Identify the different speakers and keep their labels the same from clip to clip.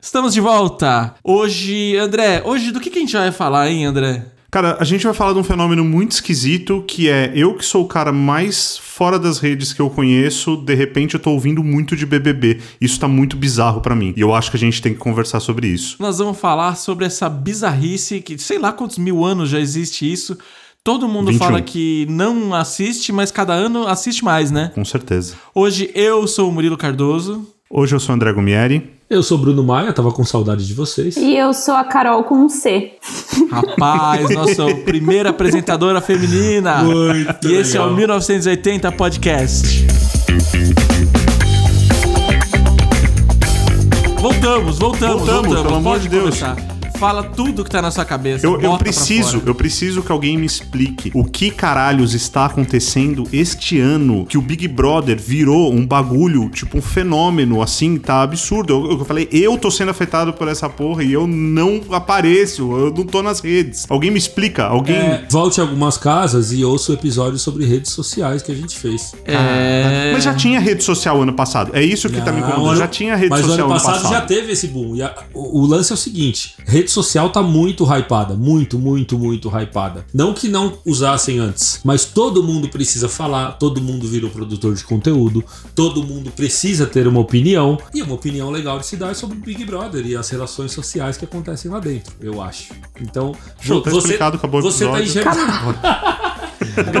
Speaker 1: Estamos de volta. Hoje, André, hoje do que, que a gente vai falar, hein, André?
Speaker 2: Cara, a gente vai falar de um fenômeno muito esquisito que é eu que sou o cara mais fora das redes que eu conheço, de repente eu tô ouvindo muito de BBB. Isso tá muito bizarro pra mim e eu acho que a gente tem que conversar sobre isso.
Speaker 1: Nós vamos falar sobre essa bizarrice que sei lá quantos mil anos já existe isso. Todo mundo
Speaker 2: 21.
Speaker 1: fala que não assiste, mas cada ano assiste mais, né?
Speaker 2: Com certeza.
Speaker 1: Hoje eu sou o Murilo Cardoso.
Speaker 2: Hoje eu sou o André Gumieri.
Speaker 3: Eu sou Bruno Maia, tava com saudade de vocês.
Speaker 4: E eu sou a Carol com um C.
Speaker 1: Rapaz, nossa primeira apresentadora feminina.
Speaker 3: Muito
Speaker 1: e esse é o
Speaker 3: legal.
Speaker 1: 1980 Podcast. Voltamos, voltamos, voltamos.
Speaker 2: pelo amor
Speaker 1: Pode
Speaker 2: de Deus.
Speaker 1: começar. Fala tudo que tá na sua cabeça.
Speaker 2: Eu, eu
Speaker 1: bota pra
Speaker 2: preciso,
Speaker 1: fora.
Speaker 2: eu preciso que alguém me explique o que caralhos está acontecendo este ano que o Big Brother virou um bagulho, tipo um fenômeno assim, tá absurdo. Eu, eu falei, eu tô sendo afetado por essa porra e eu não apareço, eu não tô nas redes. Alguém me explica, alguém.
Speaker 3: É, volte a algumas casas e ouça o episódio sobre redes sociais que a gente fez.
Speaker 1: É...
Speaker 2: Mas já tinha rede social ano passado. É isso que tá me
Speaker 3: Não,
Speaker 2: incomodando.
Speaker 3: ano-
Speaker 2: Já tinha rede
Speaker 3: Ah, Mas o
Speaker 2: social
Speaker 3: ano passado, já teve esse boom. E a- o, o lance é o seguinte: rede social tá muito hypada. Muito, muito, muito hypada. Não que não usassem antes, mas todo mundo precisa falar, todo mundo vira um produtor de conteúdo, todo mundo precisa ter uma opinião. E uma opinião legal de se dar é sobre o Big Brother e as relações sociais que acontecem lá dentro, eu acho. Então,
Speaker 2: Show, tá explicado, acabou o
Speaker 3: você tá
Speaker 2: episódio.
Speaker 3: enxergando.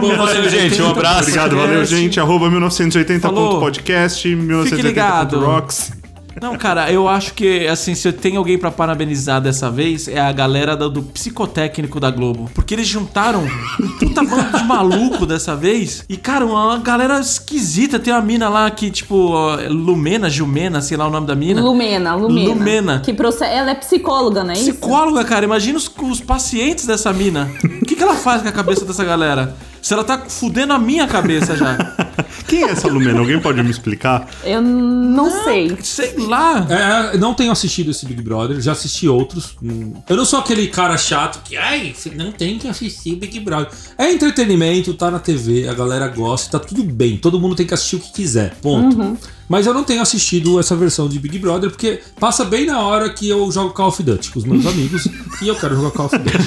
Speaker 3: Bom, valeu,
Speaker 5: gente, um abraço.
Speaker 2: Obrigado, valeu, gente. Arroba
Speaker 1: Falou.
Speaker 2: 1980.podcast,
Speaker 1: Fique ligado.
Speaker 2: 1980.rocks.
Speaker 1: Não, cara, eu acho que, assim, se eu tenho alguém pra parabenizar dessa vez, é a galera do, do psicotécnico da Globo. Porque eles juntaram um puta bando de maluco dessa vez. E, cara, uma galera esquisita. Tem uma mina lá que, tipo, ó, Lumena, Jumena, sei lá o nome da mina.
Speaker 4: Lumena, Lumena.
Speaker 1: Lumena.
Speaker 4: Que proce... Ela é psicóloga, não é isso?
Speaker 1: Psicóloga, cara, imagina os, os pacientes dessa mina. O que, que ela faz com a cabeça dessa galera? Se ela tá fudendo a minha cabeça já.
Speaker 2: Quem é essa Lumena? Alguém pode me explicar?
Speaker 4: Eu não sei.
Speaker 1: Sei lá.
Speaker 3: É, não tenho assistido esse Big Brother, já assisti outros. Hum. Eu não sou aquele cara chato que, ai, você não tem que assistir Big Brother. É entretenimento, tá na TV, a galera gosta, tá tudo bem, todo mundo tem que assistir o que quiser, ponto.
Speaker 4: Uhum.
Speaker 3: Mas eu não tenho assistido essa versão de Big Brother porque passa bem na hora que eu jogo Call of Duty com os meus amigos e eu quero jogar Call of Duty.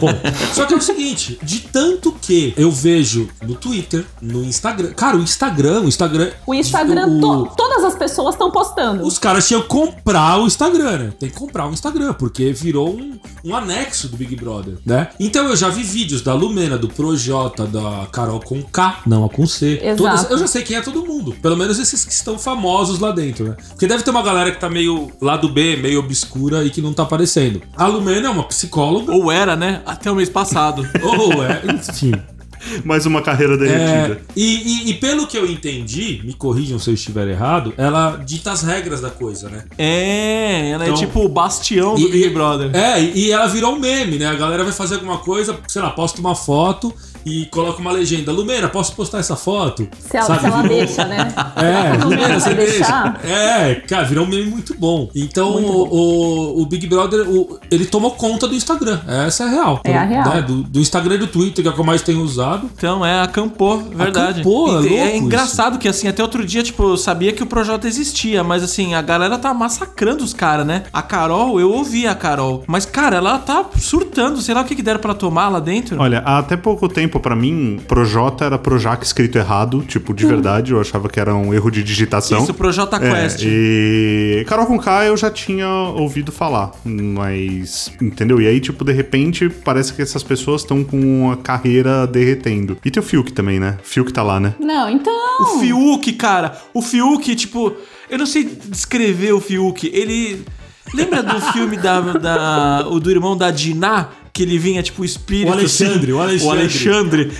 Speaker 3: Bom, só que é o seguinte, de tanto que eu vejo no Twitter, no Instagram, cara, o Instagram, o Instagram,
Speaker 4: O Instagram,
Speaker 3: o-
Speaker 4: to- todas as pessoas estão postando.
Speaker 3: os caras tinham que comprar o Instagram, né? Tem que comprar o Instagram, porque virou um, um anexo do Big Brother, né? Então eu já vi vídeos da Lumena, do Projota, da Carol com K, não a com C.
Speaker 4: Exato.
Speaker 3: Todas- eu já sei quem é todo mundo. Pelo menos esses que estão famosos lá dentro, né? Porque deve ter uma galera que tá meio lado B, meio obscura e que não tá aparecendo. A Lumena é uma psicóloga.
Speaker 1: Ou era, né? Até o mês passado.
Speaker 3: Ou é, enfim.
Speaker 2: Mais uma carreira
Speaker 3: É,
Speaker 2: derretida.
Speaker 3: e, e- e pelo que eu entendi, me corrijam se eu estiver errado, ela dita as regras da coisa, né?
Speaker 1: É, ela é
Speaker 3: Então-
Speaker 1: tipo o bastião do
Speaker 3: E-
Speaker 1: Big
Speaker 3: e-
Speaker 1: Brother.
Speaker 3: É, e e ela virou um meme, né? A galera vai fazer alguma coisa, sei lá, posta uma foto e coloca uma legenda. Lumena, posso postar essa foto?
Speaker 4: Se ela,
Speaker 3: Sabe,
Speaker 4: se ela
Speaker 3: virou-
Speaker 4: deixa, né?
Speaker 3: É,
Speaker 4: Lumena,
Speaker 3: Lumena, você
Speaker 4: vai
Speaker 3: deixa.
Speaker 4: deixar?
Speaker 3: É, cara, virou um meme muito bom. Então, o, o- o Big Brother, o- ele tomou conta do Instagram. Essa é a real.
Speaker 4: É a real.
Speaker 3: Né? Do, do Instagram e do Twitter, que é o que eu mais tenho usado.
Speaker 1: Então, é, acampou, verdade.
Speaker 3: Acampou, é
Speaker 1: E-
Speaker 3: louco isso.
Speaker 1: engraçado que, assim, até outro dia, tipo, eu sabia que o Projota existia, mas, assim, a galera tá massacrando os caras, né? A Carol, eu ouvi a Carol, mas, cara, ela tá surtando, sei lá o que que deram pra tomar lá dentro.
Speaker 2: Olha, há até pouco tempo, pra mim, Projota era Projac escrito errado, tipo, de verdade, eu achava que era um erro de digitação.
Speaker 1: Hum. Isso, Projota
Speaker 2: É,
Speaker 1: Quest.
Speaker 2: e Carol com K eu já tinha ouvido falar, mas entendeu? E aí tipo de repente parece que essas pessoas estão com a carreira derretendo. E tem o Fiuk também, né? O Fiuk tá lá, né?
Speaker 4: Não, então.
Speaker 1: O Fiuk, cara, o Fiuk, tipo, eu não sei descrever o Fiuk. Ele. Lembra do filme da, da- o do irmão da Diná? Que ele vinha, tipo, o espírito.
Speaker 3: O Alexandre,
Speaker 1: assim?
Speaker 3: o Alexandre.
Speaker 1: Alexandre.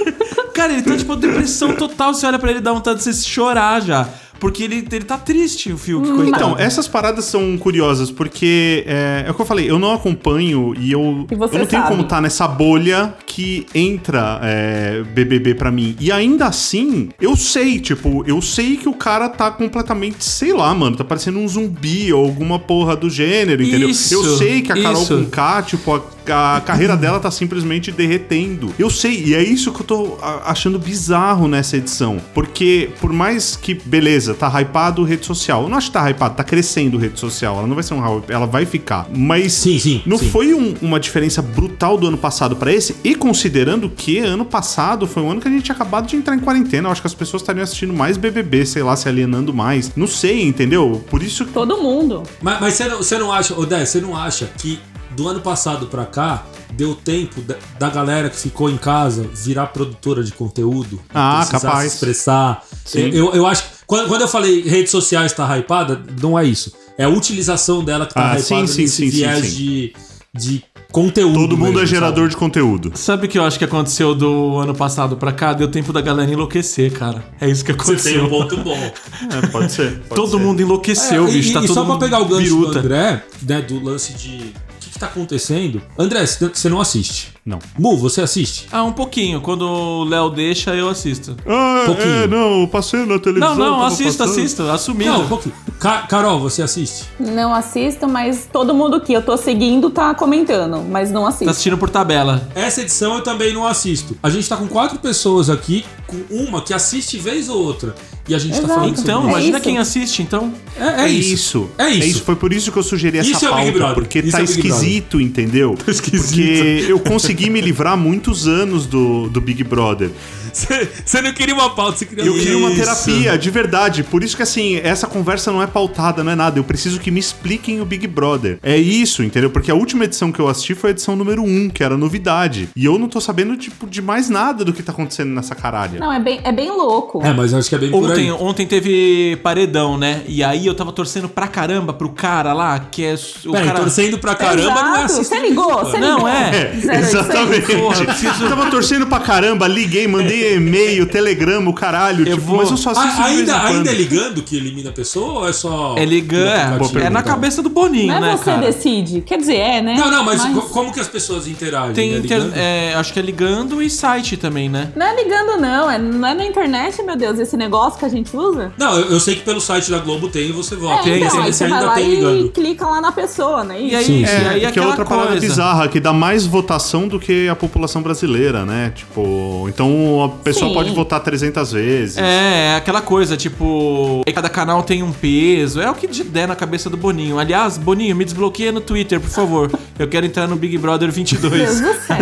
Speaker 1: cara, ele tá, tipo, depressão total. Você olha pra ele e dá vontade de você chorar já. Porque ele, ele tá triste, o Fiuk, coitado.
Speaker 2: Então,
Speaker 3: é-
Speaker 2: essas paradas são curiosas, porque é, é o que eu falei, eu não acompanho e eu,
Speaker 4: E você
Speaker 2: eu não tenho
Speaker 4: sabe.
Speaker 2: como estar nessa bolha que entra é, BBB pra mim. E ainda assim, eu sei, tipo, eu sei que o cara tá completamente, sei lá, mano, tá parecendo um zumbi ou alguma porra do gênero, entendeu?
Speaker 1: Isso,
Speaker 2: eu sei que a Carol
Speaker 1: isso.
Speaker 2: com K, tipo, a a carreira dela tá simplesmente derretendo. Eu sei, e é isso que eu tô a- achando bizarro nessa edição. Porque, por mais que, beleza, tá hypado rede social. Eu não acho que tá hypado, tá crescendo rede social. Ela não vai ser um hype, ela vai ficar. Mas.
Speaker 3: Sim, sim,
Speaker 2: Não
Speaker 3: sim.
Speaker 2: foi um- uma diferença brutal do ano passado pra esse, e considerando que ano passado foi um ano que a gente tinha acabado de entrar em quarentena, eu acho que as pessoas estariam assistindo mais BBB, sei lá, se alienando mais. Não sei, entendeu? Por isso que.
Speaker 4: Todo mundo.
Speaker 3: Mas, mas você, não, você não acha, Odé, você não acha que do ano passado pra cá deu tempo da, da galera que ficou em casa virar produtora de conteúdo?
Speaker 2: Ah,
Speaker 3: precisar
Speaker 2: capaz.
Speaker 3: Se expressar.
Speaker 2: Sim.
Speaker 3: Eu, eu, eu acho que. Quando, quando eu falei redes sociais tá hypada, não é isso. É a utilização dela que tá
Speaker 2: Ah, sim,
Speaker 3: hypada
Speaker 2: sim,
Speaker 3: nesse
Speaker 2: sim, sim,
Speaker 3: viés
Speaker 2: sim.
Speaker 3: De, de conteúdo.
Speaker 2: Todo mundo
Speaker 3: mesmo,
Speaker 2: é gerador
Speaker 3: sabe?
Speaker 2: de conteúdo.
Speaker 1: Sabe o que eu acho que aconteceu do ano passado pra cá? Deu tempo da galera enlouquecer, cara. É isso que
Speaker 3: Você tem
Speaker 1: aconteceu.
Speaker 3: um ponto bom.
Speaker 2: É, pode ser. pode
Speaker 1: todo
Speaker 2: ser.
Speaker 1: mundo enlouqueceu,
Speaker 3: É,
Speaker 1: bicho.
Speaker 3: e,
Speaker 1: tá
Speaker 3: e
Speaker 1: todo
Speaker 3: só pra
Speaker 1: mundo
Speaker 3: pegar o gancho do
Speaker 1: biruta.
Speaker 3: André, né, do lance de. O que, que tá acontecendo? André, você você não assiste.
Speaker 2: Não.
Speaker 3: Mu, você assiste?
Speaker 1: Ah, um pouquinho. Quando o Léo deixa, eu assisto.
Speaker 2: Ah,
Speaker 3: Pouquinho.
Speaker 2: é, não, passei na televisão.
Speaker 1: Não, não,
Speaker 2: tava
Speaker 1: assisto,
Speaker 2: passando.
Speaker 1: assisto. Assumido.
Speaker 3: Não, um pouquinho. Ca- Carol, você assiste?
Speaker 4: Não assisto, mas todo mundo que eu tô seguindo tá comentando, mas não
Speaker 1: Tá
Speaker 4: assisto.
Speaker 1: assistindo por tabela.
Speaker 3: Essa edição eu também não assisto. A gente tá com quatro pessoas aqui, com uma que assiste vez ou outra. E a gente tá
Speaker 4: Exato.
Speaker 3: falando
Speaker 1: Então,
Speaker 4: É
Speaker 3: sobre
Speaker 1: imagina
Speaker 4: isso.
Speaker 1: quem assiste, então.
Speaker 3: isso. É, é isso. É isso.
Speaker 2: Foi por isso que eu sugeri essa
Speaker 3: Isso é o Big
Speaker 2: pauta,
Speaker 3: Brother.
Speaker 2: porque
Speaker 3: Isso
Speaker 2: tá
Speaker 3: é o Big
Speaker 2: esquisito, entendeu? Tá
Speaker 1: esquisito.
Speaker 2: Porque eu consegui me livrar há muitos anos do, do Big Brother.
Speaker 3: Você não queria uma pauta, você queria
Speaker 2: Eu queria uma
Speaker 3: Isso.
Speaker 2: terapia, de verdade. Por isso que, assim, essa conversa não é pautada, não é nada. Eu preciso que me expliquem o Big Brother. É isso, entendeu? Porque a última edição que eu assisti foi a edição número 1, que era novidade. E eu não tô sabendo, tipo, de mais nada do que tá acontecendo nessa caralha.
Speaker 4: Não, é bem, é bem louco.
Speaker 3: É, mas eu acho que é bem por aí.
Speaker 1: Ontem, ontem teve paredão, né? E aí eu tava torcendo pra caramba pro cara lá, que é s- o
Speaker 3: Peraí,
Speaker 1: cara...
Speaker 3: torcendo pra caramba, não é
Speaker 4: Exato,
Speaker 3: assim.
Speaker 4: você ligou, você ligou.
Speaker 1: Não, é.
Speaker 2: É,
Speaker 4: Zero,
Speaker 2: exatamente.
Speaker 1: aí, porra, eu preciso-
Speaker 2: Eu Tava torcendo pra caramba, liguei, mandei e-mail, telegrama, o caralho.
Speaker 1: Eu
Speaker 2: tipo,
Speaker 1: vou-
Speaker 2: mas eu só
Speaker 3: Ah,
Speaker 2: assisto de vez em
Speaker 3: ainda,
Speaker 2: quando.
Speaker 3: ainda é ligando que elimina a pessoa ou é só.
Speaker 1: É
Speaker 3: no
Speaker 1: ligar,
Speaker 3: aplicativo
Speaker 1: é, é
Speaker 3: e
Speaker 1: na
Speaker 3: tal?
Speaker 1: cabeça do Boninho,
Speaker 4: Não é
Speaker 1: né,
Speaker 4: você
Speaker 1: cara?
Speaker 4: decide. Quer dizer, é, né?
Speaker 3: Não, não, mas, co- como que as pessoas interagem?
Speaker 1: Tem
Speaker 3: né?
Speaker 1: inter-
Speaker 3: Ligando?
Speaker 1: é, acho que é ligando e site também, né?
Speaker 4: Não é ligando, não. É, não é na internet, meu Deus, esse negócio que a gente usa?
Speaker 3: Não, eu, eu sei que pelo site da Globo tem e você
Speaker 4: É,
Speaker 3: vota.
Speaker 1: tem,
Speaker 4: então,
Speaker 1: tem,
Speaker 4: aí
Speaker 3: Esse
Speaker 4: você vai
Speaker 3: ainda
Speaker 4: lá
Speaker 3: tem
Speaker 4: e
Speaker 3: ligando.
Speaker 4: clica lá na pessoa, né?
Speaker 1: E aí,
Speaker 3: Sim,
Speaker 1: e
Speaker 3: sim.
Speaker 1: aí
Speaker 2: que é
Speaker 1: aquela
Speaker 2: outra
Speaker 1: coisa.
Speaker 2: palavra bizarra, que dá mais votação do que a população brasileira, né? Tipo, então a pessoa
Speaker 4: Sim.
Speaker 2: pode votar 300 vezes.
Speaker 1: É, é aquela coisa, tipo, aí cada canal tem um peso, é o que de- der na cabeça do Boninho. Aliás, Boninho, me desbloqueia no Twitter, por favor. Eu quero entrar no Big Brother
Speaker 4: Meu Deus
Speaker 1: 22.
Speaker 4: do céu.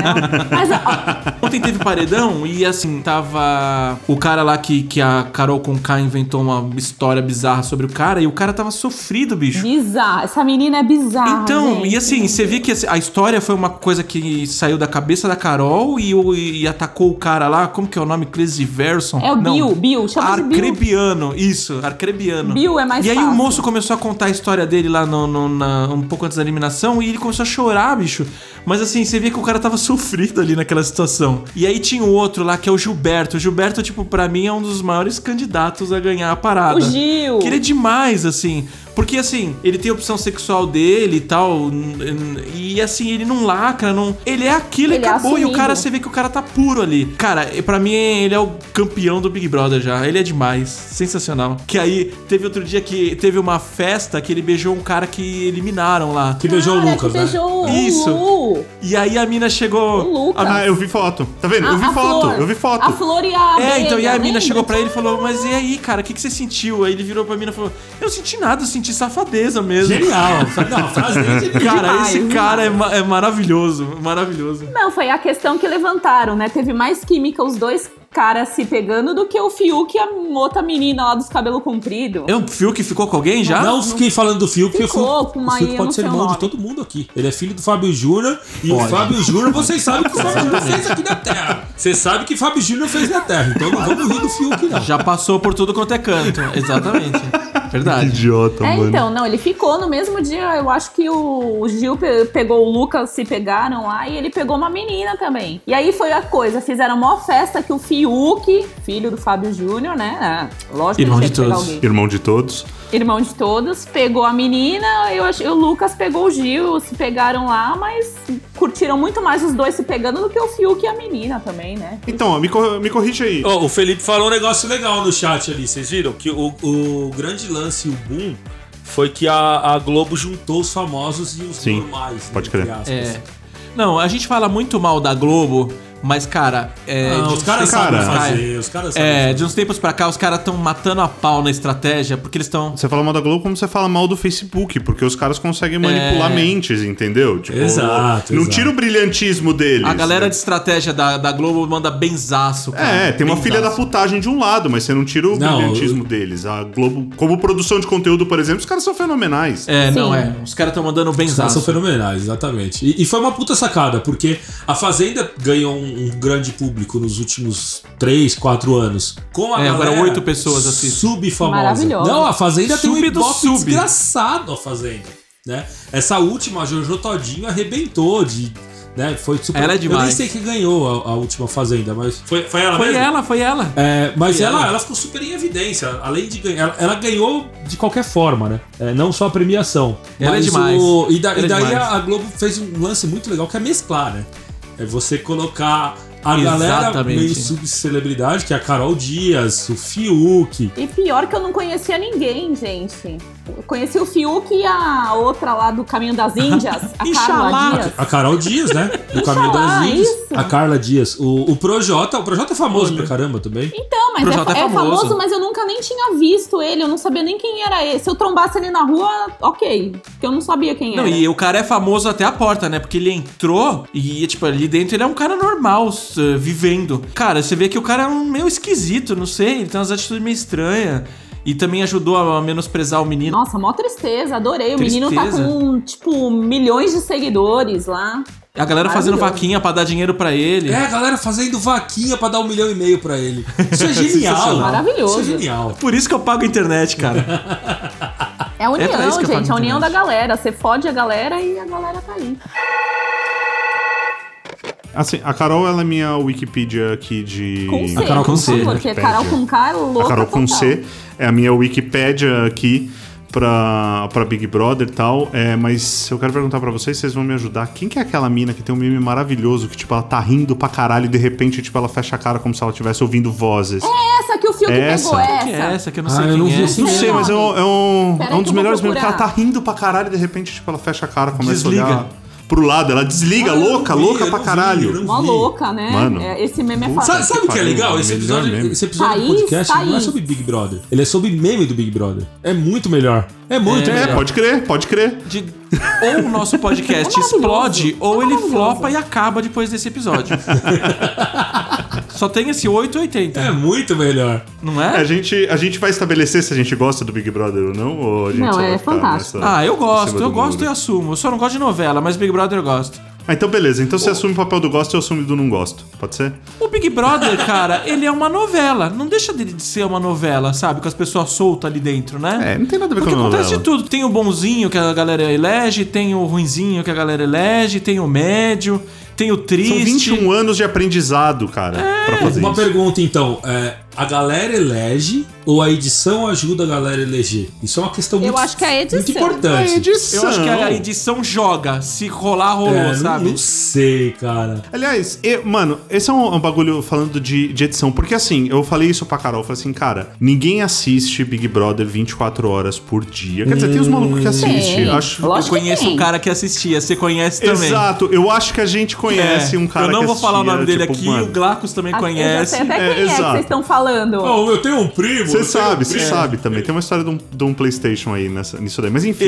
Speaker 4: Mas, ó,
Speaker 1: Ontem teve paredão e assim, tava o cara lá que, que a Carol Conká inventou uma história bizarra sobre o cara e o cara tava sofrido, bicho.
Speaker 4: bizarro. Essa menina é bizarra.
Speaker 1: Então,
Speaker 4: gente.
Speaker 1: e assim, você vê que esse- a história foi uma coisa que saiu da cabeça da Carol e, o- e atacou o cara lá, como que é o nome? Clesiverson?
Speaker 4: É o Bill, Bill, chama de Bill.
Speaker 1: Arcrebiano, isso, Arcrebiano.
Speaker 4: Bill é mais
Speaker 1: E aí o
Speaker 4: fácil.
Speaker 1: moço começou a contar a história dele lá no, no- na- um pouco antes da eliminação e ele começou a chorar, bicho. Mas assim, você via que o cara tava sofrido ali naquela situação. E aí tinha o outro lá, que é o Gilberto. O Gilberto, tipo, pra mim é um dos maiores candidatos a ganhar a parada.
Speaker 4: O Gil.
Speaker 1: Que ele é demais, assim. Porque, assim, ele tem a opção sexual dele e tal. n- n- E, assim, ele não lacra, não... Ele é aquilo e
Speaker 4: Ele é
Speaker 1: acabou. e o
Speaker 4: assumido.
Speaker 1: cara, você vê que o cara tá puro ali. Cara, e pra mim, ele é o campeão do Big Brother já. Ele é demais. Sensacional. Que aí, teve outro dia que teve uma festa que ele beijou um cara que eliminaram lá.
Speaker 3: Que beijou
Speaker 4: Cara,
Speaker 3: o Lucas,
Speaker 4: que
Speaker 3: né?
Speaker 4: beijou
Speaker 1: Isso.
Speaker 4: o Lu.
Speaker 1: E aí a mina
Speaker 4: O
Speaker 1: chegou...
Speaker 4: Lucas.
Speaker 2: Ah, eu vi foto. Tá vendo?
Speaker 4: A-
Speaker 2: eu vi
Speaker 4: a
Speaker 2: foto,
Speaker 4: Flor.
Speaker 2: eu vi foto.
Speaker 4: A Flor e a
Speaker 1: É, então, e aí a
Speaker 4: abelha,
Speaker 1: mina
Speaker 4: lembra?
Speaker 1: chegou pra ele e falou, mas e aí, cara, o que, que você sentiu? Aí ele virou pra mina e falou, eu senti nada, eu senti safadeza mesmo.
Speaker 3: Genial. Não, a frase dele é genial.
Speaker 1: Cara,
Speaker 4: Demais,
Speaker 1: esse cara é, ma- é maravilhoso, maravilhoso.
Speaker 4: Não, foi a questão que levantaram, né? Teve mais química os dois caras se pegando do que o Fiuk e a outra menina lá dos cabelos compridos.
Speaker 1: É um fio que ficou com alguém já?
Speaker 3: Não fiquei falando do Fiuk, porque o
Speaker 4: Ficou
Speaker 3: Fiuk,
Speaker 4: com
Speaker 3: o
Speaker 4: uma
Speaker 3: Fiuk
Speaker 4: I, eu
Speaker 3: pode
Speaker 4: não
Speaker 3: ser
Speaker 4: sei o
Speaker 3: irmão de
Speaker 4: nome.
Speaker 3: todo mundo aqui. Ele é filho do Fábio Júnior e o Fábio Júnior, vocês sabem que o Fábio Júnior fez aqui na Terra. Você sabe que Fábio Júnior fez na Terra, então não vamos rir do Fiuk, não.
Speaker 1: Já passou por tudo quanto é canto. Exatamente. Verdade.
Speaker 2: Idiota,
Speaker 4: É,
Speaker 2: mano.
Speaker 4: então, não, ele ficou no mesmo dia. Eu acho que o o Gil pe- pegou o Lucas, se pegaram lá, e ele pegou uma menina também. E aí foi a coisa, fizeram uma festa que o Fiuk, filho do Fábio Júnior, né? ah, Lógico
Speaker 1: Irmão
Speaker 4: que ele
Speaker 1: de
Speaker 4: tinha que pegar
Speaker 1: todos.
Speaker 4: alguém.
Speaker 2: Irmão de todos.
Speaker 4: Irmão de todos, pegou a menina, eu acho, o Lucas pegou o Gil, se pegaram lá, mas curtiram muito mais os dois se pegando do que o Fiuk e a menina também, né?
Speaker 2: Então, ó, me, cor- me corrige aí.
Speaker 3: Ó, o Felipe falou um negócio legal no chat ali, vocês viram? Que o, o grande lance, o boom, foi que a, a Globo juntou os famosos e os
Speaker 2: Sim,
Speaker 3: normais. né,
Speaker 2: pode crer.
Speaker 3: entre aspas.
Speaker 1: É. Não, a gente fala muito mal da Globo, mas, cara, é.
Speaker 3: Ah,
Speaker 1: de
Speaker 3: os
Speaker 1: uns
Speaker 3: caras
Speaker 1: tempos
Speaker 2: cara,
Speaker 3: sabem
Speaker 1: pra cá-
Speaker 3: fazer, os caras sabem
Speaker 1: É,
Speaker 3: fazer.
Speaker 1: de uns tempos pra cá, os caras estão matando a pau na estratégia, porque eles estão.
Speaker 2: Você fala mal da Globo como você fala mal do Facebook, porque os caras conseguem manipular
Speaker 1: É.
Speaker 2: mentes, entendeu? Tipo,
Speaker 3: Exato,
Speaker 2: Não
Speaker 3: exato.
Speaker 2: tira o brilhantismo deles.
Speaker 1: A galera de estratégia da, da Globo manda benzaço. cara.
Speaker 2: É, tem uma
Speaker 1: Benzaço.
Speaker 2: filha da putagem de um lado, mas você não tira o
Speaker 3: Não,
Speaker 2: brilhantismo deles. A Globo, como produção de conteúdo, por exemplo, os caras são fenomenais.
Speaker 1: É, não
Speaker 4: Sim.
Speaker 1: é. Os caras estão mandando
Speaker 3: Os caras são
Speaker 1: benzaço.
Speaker 3: fenomenais, exatamente. E, e foi uma puta sacada, porque a Fazenda ganhou um, um grande público nos últimos 3, 4 anos. Com a
Speaker 1: É, agora
Speaker 3: galera
Speaker 1: oito pessoas assistem.
Speaker 3: Subfamosa.
Speaker 4: Maravilhosa.
Speaker 3: Não, a Fazenda tem um
Speaker 1: Sub do
Speaker 3: ibope
Speaker 1: sub.
Speaker 3: desgraçado, a Fazenda. Né? Essa última, a Jojo Todinho arrebentou de... Né? Foi super...
Speaker 1: Ela é
Speaker 3: Eu nem
Speaker 1: demais.
Speaker 3: sei quem ganhou a, a última Fazenda, mas... Foi, foi ela
Speaker 1: Foi
Speaker 3: mesmo?
Speaker 1: ela, foi ela.
Speaker 3: É, mas
Speaker 1: E
Speaker 3: ela,
Speaker 1: ela?
Speaker 3: ela ficou super em evidência. Além de ganhar, ela, ela ganhou de qualquer forma, né? É, não só a premiação.
Speaker 1: Ela é
Speaker 3: mas
Speaker 1: demais.
Speaker 3: o- e, da- e
Speaker 1: Ela é
Speaker 3: daí
Speaker 1: demais.
Speaker 3: a, a Globo fez um lance muito legal que é mesclar, né? É você colocar a galera
Speaker 1: Exatamente.
Speaker 3: meio subcelebridade, que é a Carol Dias, o Fiuk.
Speaker 4: E pior que eu não conhecia ninguém, gente. Eu conheci o Fiuk e a outra lá do Caminho das Índias, a
Speaker 1: Inxalá.
Speaker 4: Carla Dias.
Speaker 3: A Carol Dias, né? Do Caminho
Speaker 4: falar,
Speaker 3: das
Speaker 4: é
Speaker 3: Índias.
Speaker 4: isso?
Speaker 3: A Carla Dias. O, o Projota. O Projota é famoso pra caramba também.
Speaker 4: Então, mas é,
Speaker 1: Projota é
Speaker 4: é famoso.
Speaker 1: famoso,
Speaker 4: mas eu nunca nem tinha visto ele, eu não sabia nem quem era ele. Se eu trombasse ele na rua, ok. Porque eu não sabia quem
Speaker 1: Não,
Speaker 4: era.
Speaker 1: e o cara é famoso até a porta, né? Porque ele entrou e, tipo, ali dentro ele é um cara normal, s- vivendo. Cara, você vê que o cara é um meio esquisito, não sei, ele tem umas atitudes meio estranhas. E também ajudou a menosprezar o menino.
Speaker 4: Nossa, mó tristeza, adorei. O menino tá
Speaker 1: Tristeza.
Speaker 4: com, tipo, milhões de seguidores lá.
Speaker 1: A galera fazendo
Speaker 4: Maravilhoso.
Speaker 1: vaquinha pra dar dinheiro pra ele.
Speaker 3: É, a galera fazendo vaquinha pra dar um milhão e meio pra ele. Isso é genial.
Speaker 1: Sensacional.
Speaker 3: Isso
Speaker 4: Maravilhoso.
Speaker 3: é genial.
Speaker 1: Por isso que eu pago a internet, cara.
Speaker 4: É a união,
Speaker 1: pra isso que eu falo
Speaker 4: gente, a
Speaker 1: na
Speaker 4: união da
Speaker 1: internet.
Speaker 4: galera. Você fode a galera e a galera tá aí.
Speaker 2: Assim, a Carol, ela é minha Wikipedia aqui de.
Speaker 4: Com C,
Speaker 3: A Carol com
Speaker 4: por
Speaker 3: C,
Speaker 4: favor,
Speaker 3: né?
Speaker 4: Porque Carol com K é louca.
Speaker 2: A Carol com
Speaker 4: total.
Speaker 2: C é a minha Wikipédia aqui pra, pra Big Brother e tal. É, mas eu quero perguntar pra vocês, vocês vão me ajudar. Quem que é aquela mina que tem um meme maravilhoso que, tipo, ela tá rindo pra caralho e de repente, tipo, ela fecha a cara como se ela estivesse ouvindo vozes?
Speaker 4: É, Essa que o Fiuk
Speaker 2: Essa?
Speaker 4: pegou,
Speaker 1: Que é
Speaker 4: essa.
Speaker 1: essa que eu não
Speaker 3: Ah,
Speaker 1: sei
Speaker 3: eu
Speaker 1: quem
Speaker 3: não vi
Speaker 1: é.
Speaker 3: esse
Speaker 2: Não sei, mas é um, é um,
Speaker 4: Pera
Speaker 2: é
Speaker 4: aí
Speaker 2: um
Speaker 4: que
Speaker 2: dos
Speaker 4: eu vou
Speaker 2: melhores memes que ela tá
Speaker 4: procurar.
Speaker 2: rindo pra caralho e de repente, tipo, ela fecha a cara, começa
Speaker 1: Desliga.
Speaker 2: a olhar pro lado. Ela desliga,
Speaker 3: Ah, eu
Speaker 2: é louca,
Speaker 3: não vi,
Speaker 2: louca
Speaker 3: eu
Speaker 2: pra
Speaker 3: não vi,
Speaker 2: caralho.
Speaker 3: eu não
Speaker 4: Mó
Speaker 3: vi.
Speaker 4: louca, né?
Speaker 2: Mano.
Speaker 4: É, esse meme é
Speaker 2: Puta
Speaker 4: fácil.
Speaker 3: Sabe, sabe o que é
Speaker 2: pariu,
Speaker 3: legal?
Speaker 2: mano,
Speaker 3: Esse
Speaker 2: melhor
Speaker 3: episódio,
Speaker 2: meme.
Speaker 3: esse episódio do
Speaker 4: Thaís,
Speaker 3: podcast não é
Speaker 4: Thaís.
Speaker 3: sobre Big Brother. Ele é sobre meme do Big Brother. É muito melhor. É muito
Speaker 2: É,
Speaker 3: melhor.
Speaker 2: pode crer, pode crer.
Speaker 1: De- Ou o nosso podcast
Speaker 4: É maravilhoso.
Speaker 1: explode, ou
Speaker 4: É
Speaker 1: ele
Speaker 4: maravilhoso.
Speaker 1: flopa e acaba depois desse episódio. Só tem esse 880,
Speaker 3: É muito melhor.
Speaker 1: não
Speaker 2: É, A
Speaker 1: é?
Speaker 2: gente, a gente vai estabelecer se a gente gosta do Big Brother ou não? Ou a gente
Speaker 4: Não,
Speaker 2: só vai
Speaker 4: é
Speaker 2: ficar
Speaker 4: fantástico.
Speaker 2: nessa-
Speaker 1: Ah, eu
Speaker 2: em
Speaker 1: gosto,
Speaker 2: cima
Speaker 1: eu
Speaker 2: do
Speaker 1: gosto e
Speaker 2: muro?
Speaker 1: assumo. Eu só não gosto de novela, mas Big Brother eu gosto.
Speaker 2: Ah, então beleza. Então você assume o papel do gosto e eu assumo do não gosto. Pode ser?
Speaker 1: O Big Brother, cara, ele é uma novela. Não deixa dele de ser uma novela, sabe? Com as pessoas soltas ali dentro, né?
Speaker 2: É, não tem nada a ver
Speaker 1: Porque
Speaker 2: com a
Speaker 1: acontece de
Speaker 2: novela.
Speaker 1: tudo. Tem o bonzinho que a galera elege, tem o ruinzinho que a galera elege, tem o médio, tem o
Speaker 2: São
Speaker 1: triste.
Speaker 2: 21 anos de aprendizado, cara, pra fazer
Speaker 3: Uma
Speaker 2: isso.
Speaker 3: pergunta então: é, a galera elege ou a edição ajuda a galera a eleger? Isso é uma questão
Speaker 4: Eu
Speaker 3: muito,
Speaker 4: acho que é a edição.
Speaker 3: muito importante.
Speaker 2: É edição.
Speaker 1: Eu acho que a edição joga. Se rolar,
Speaker 3: É,
Speaker 1: rolou,
Speaker 3: não-
Speaker 1: sabe?
Speaker 3: Não, sei, cara.
Speaker 2: Aliás, e- mano, esse é um, um bagulho falando de, de edição, porque assim, eu falei isso pra Carol, eu falei assim, cara, ninguém assiste Big Brother 24 horas por dia. Quer dizer, tem os malucos que assistem.
Speaker 4: Tem.
Speaker 2: Acho...
Speaker 1: Eu
Speaker 4: Lógico que
Speaker 1: conheço
Speaker 4: tem.
Speaker 1: um cara que assistia, você conhece também.
Speaker 2: Exato, eu acho que a gente conhece
Speaker 1: É,
Speaker 2: um cara
Speaker 1: Eu não
Speaker 2: que
Speaker 1: vou falar o nome
Speaker 2: assistia,
Speaker 1: dele
Speaker 2: tipo,
Speaker 1: aqui,
Speaker 2: mano,
Speaker 1: o Glacos também
Speaker 4: Ah,
Speaker 1: conhece.
Speaker 4: Eu já sei até
Speaker 2: É,
Speaker 4: quem é, que
Speaker 2: exato.
Speaker 4: vocês estão falando.
Speaker 3: Não, eu tenho um primo.
Speaker 2: Você
Speaker 3: eu tenho
Speaker 2: sabe,
Speaker 3: um
Speaker 2: você
Speaker 3: primo.
Speaker 2: sabe também. Tem uma história de um, de um PlayStation aí nessa, nisso daí. Mas enfim.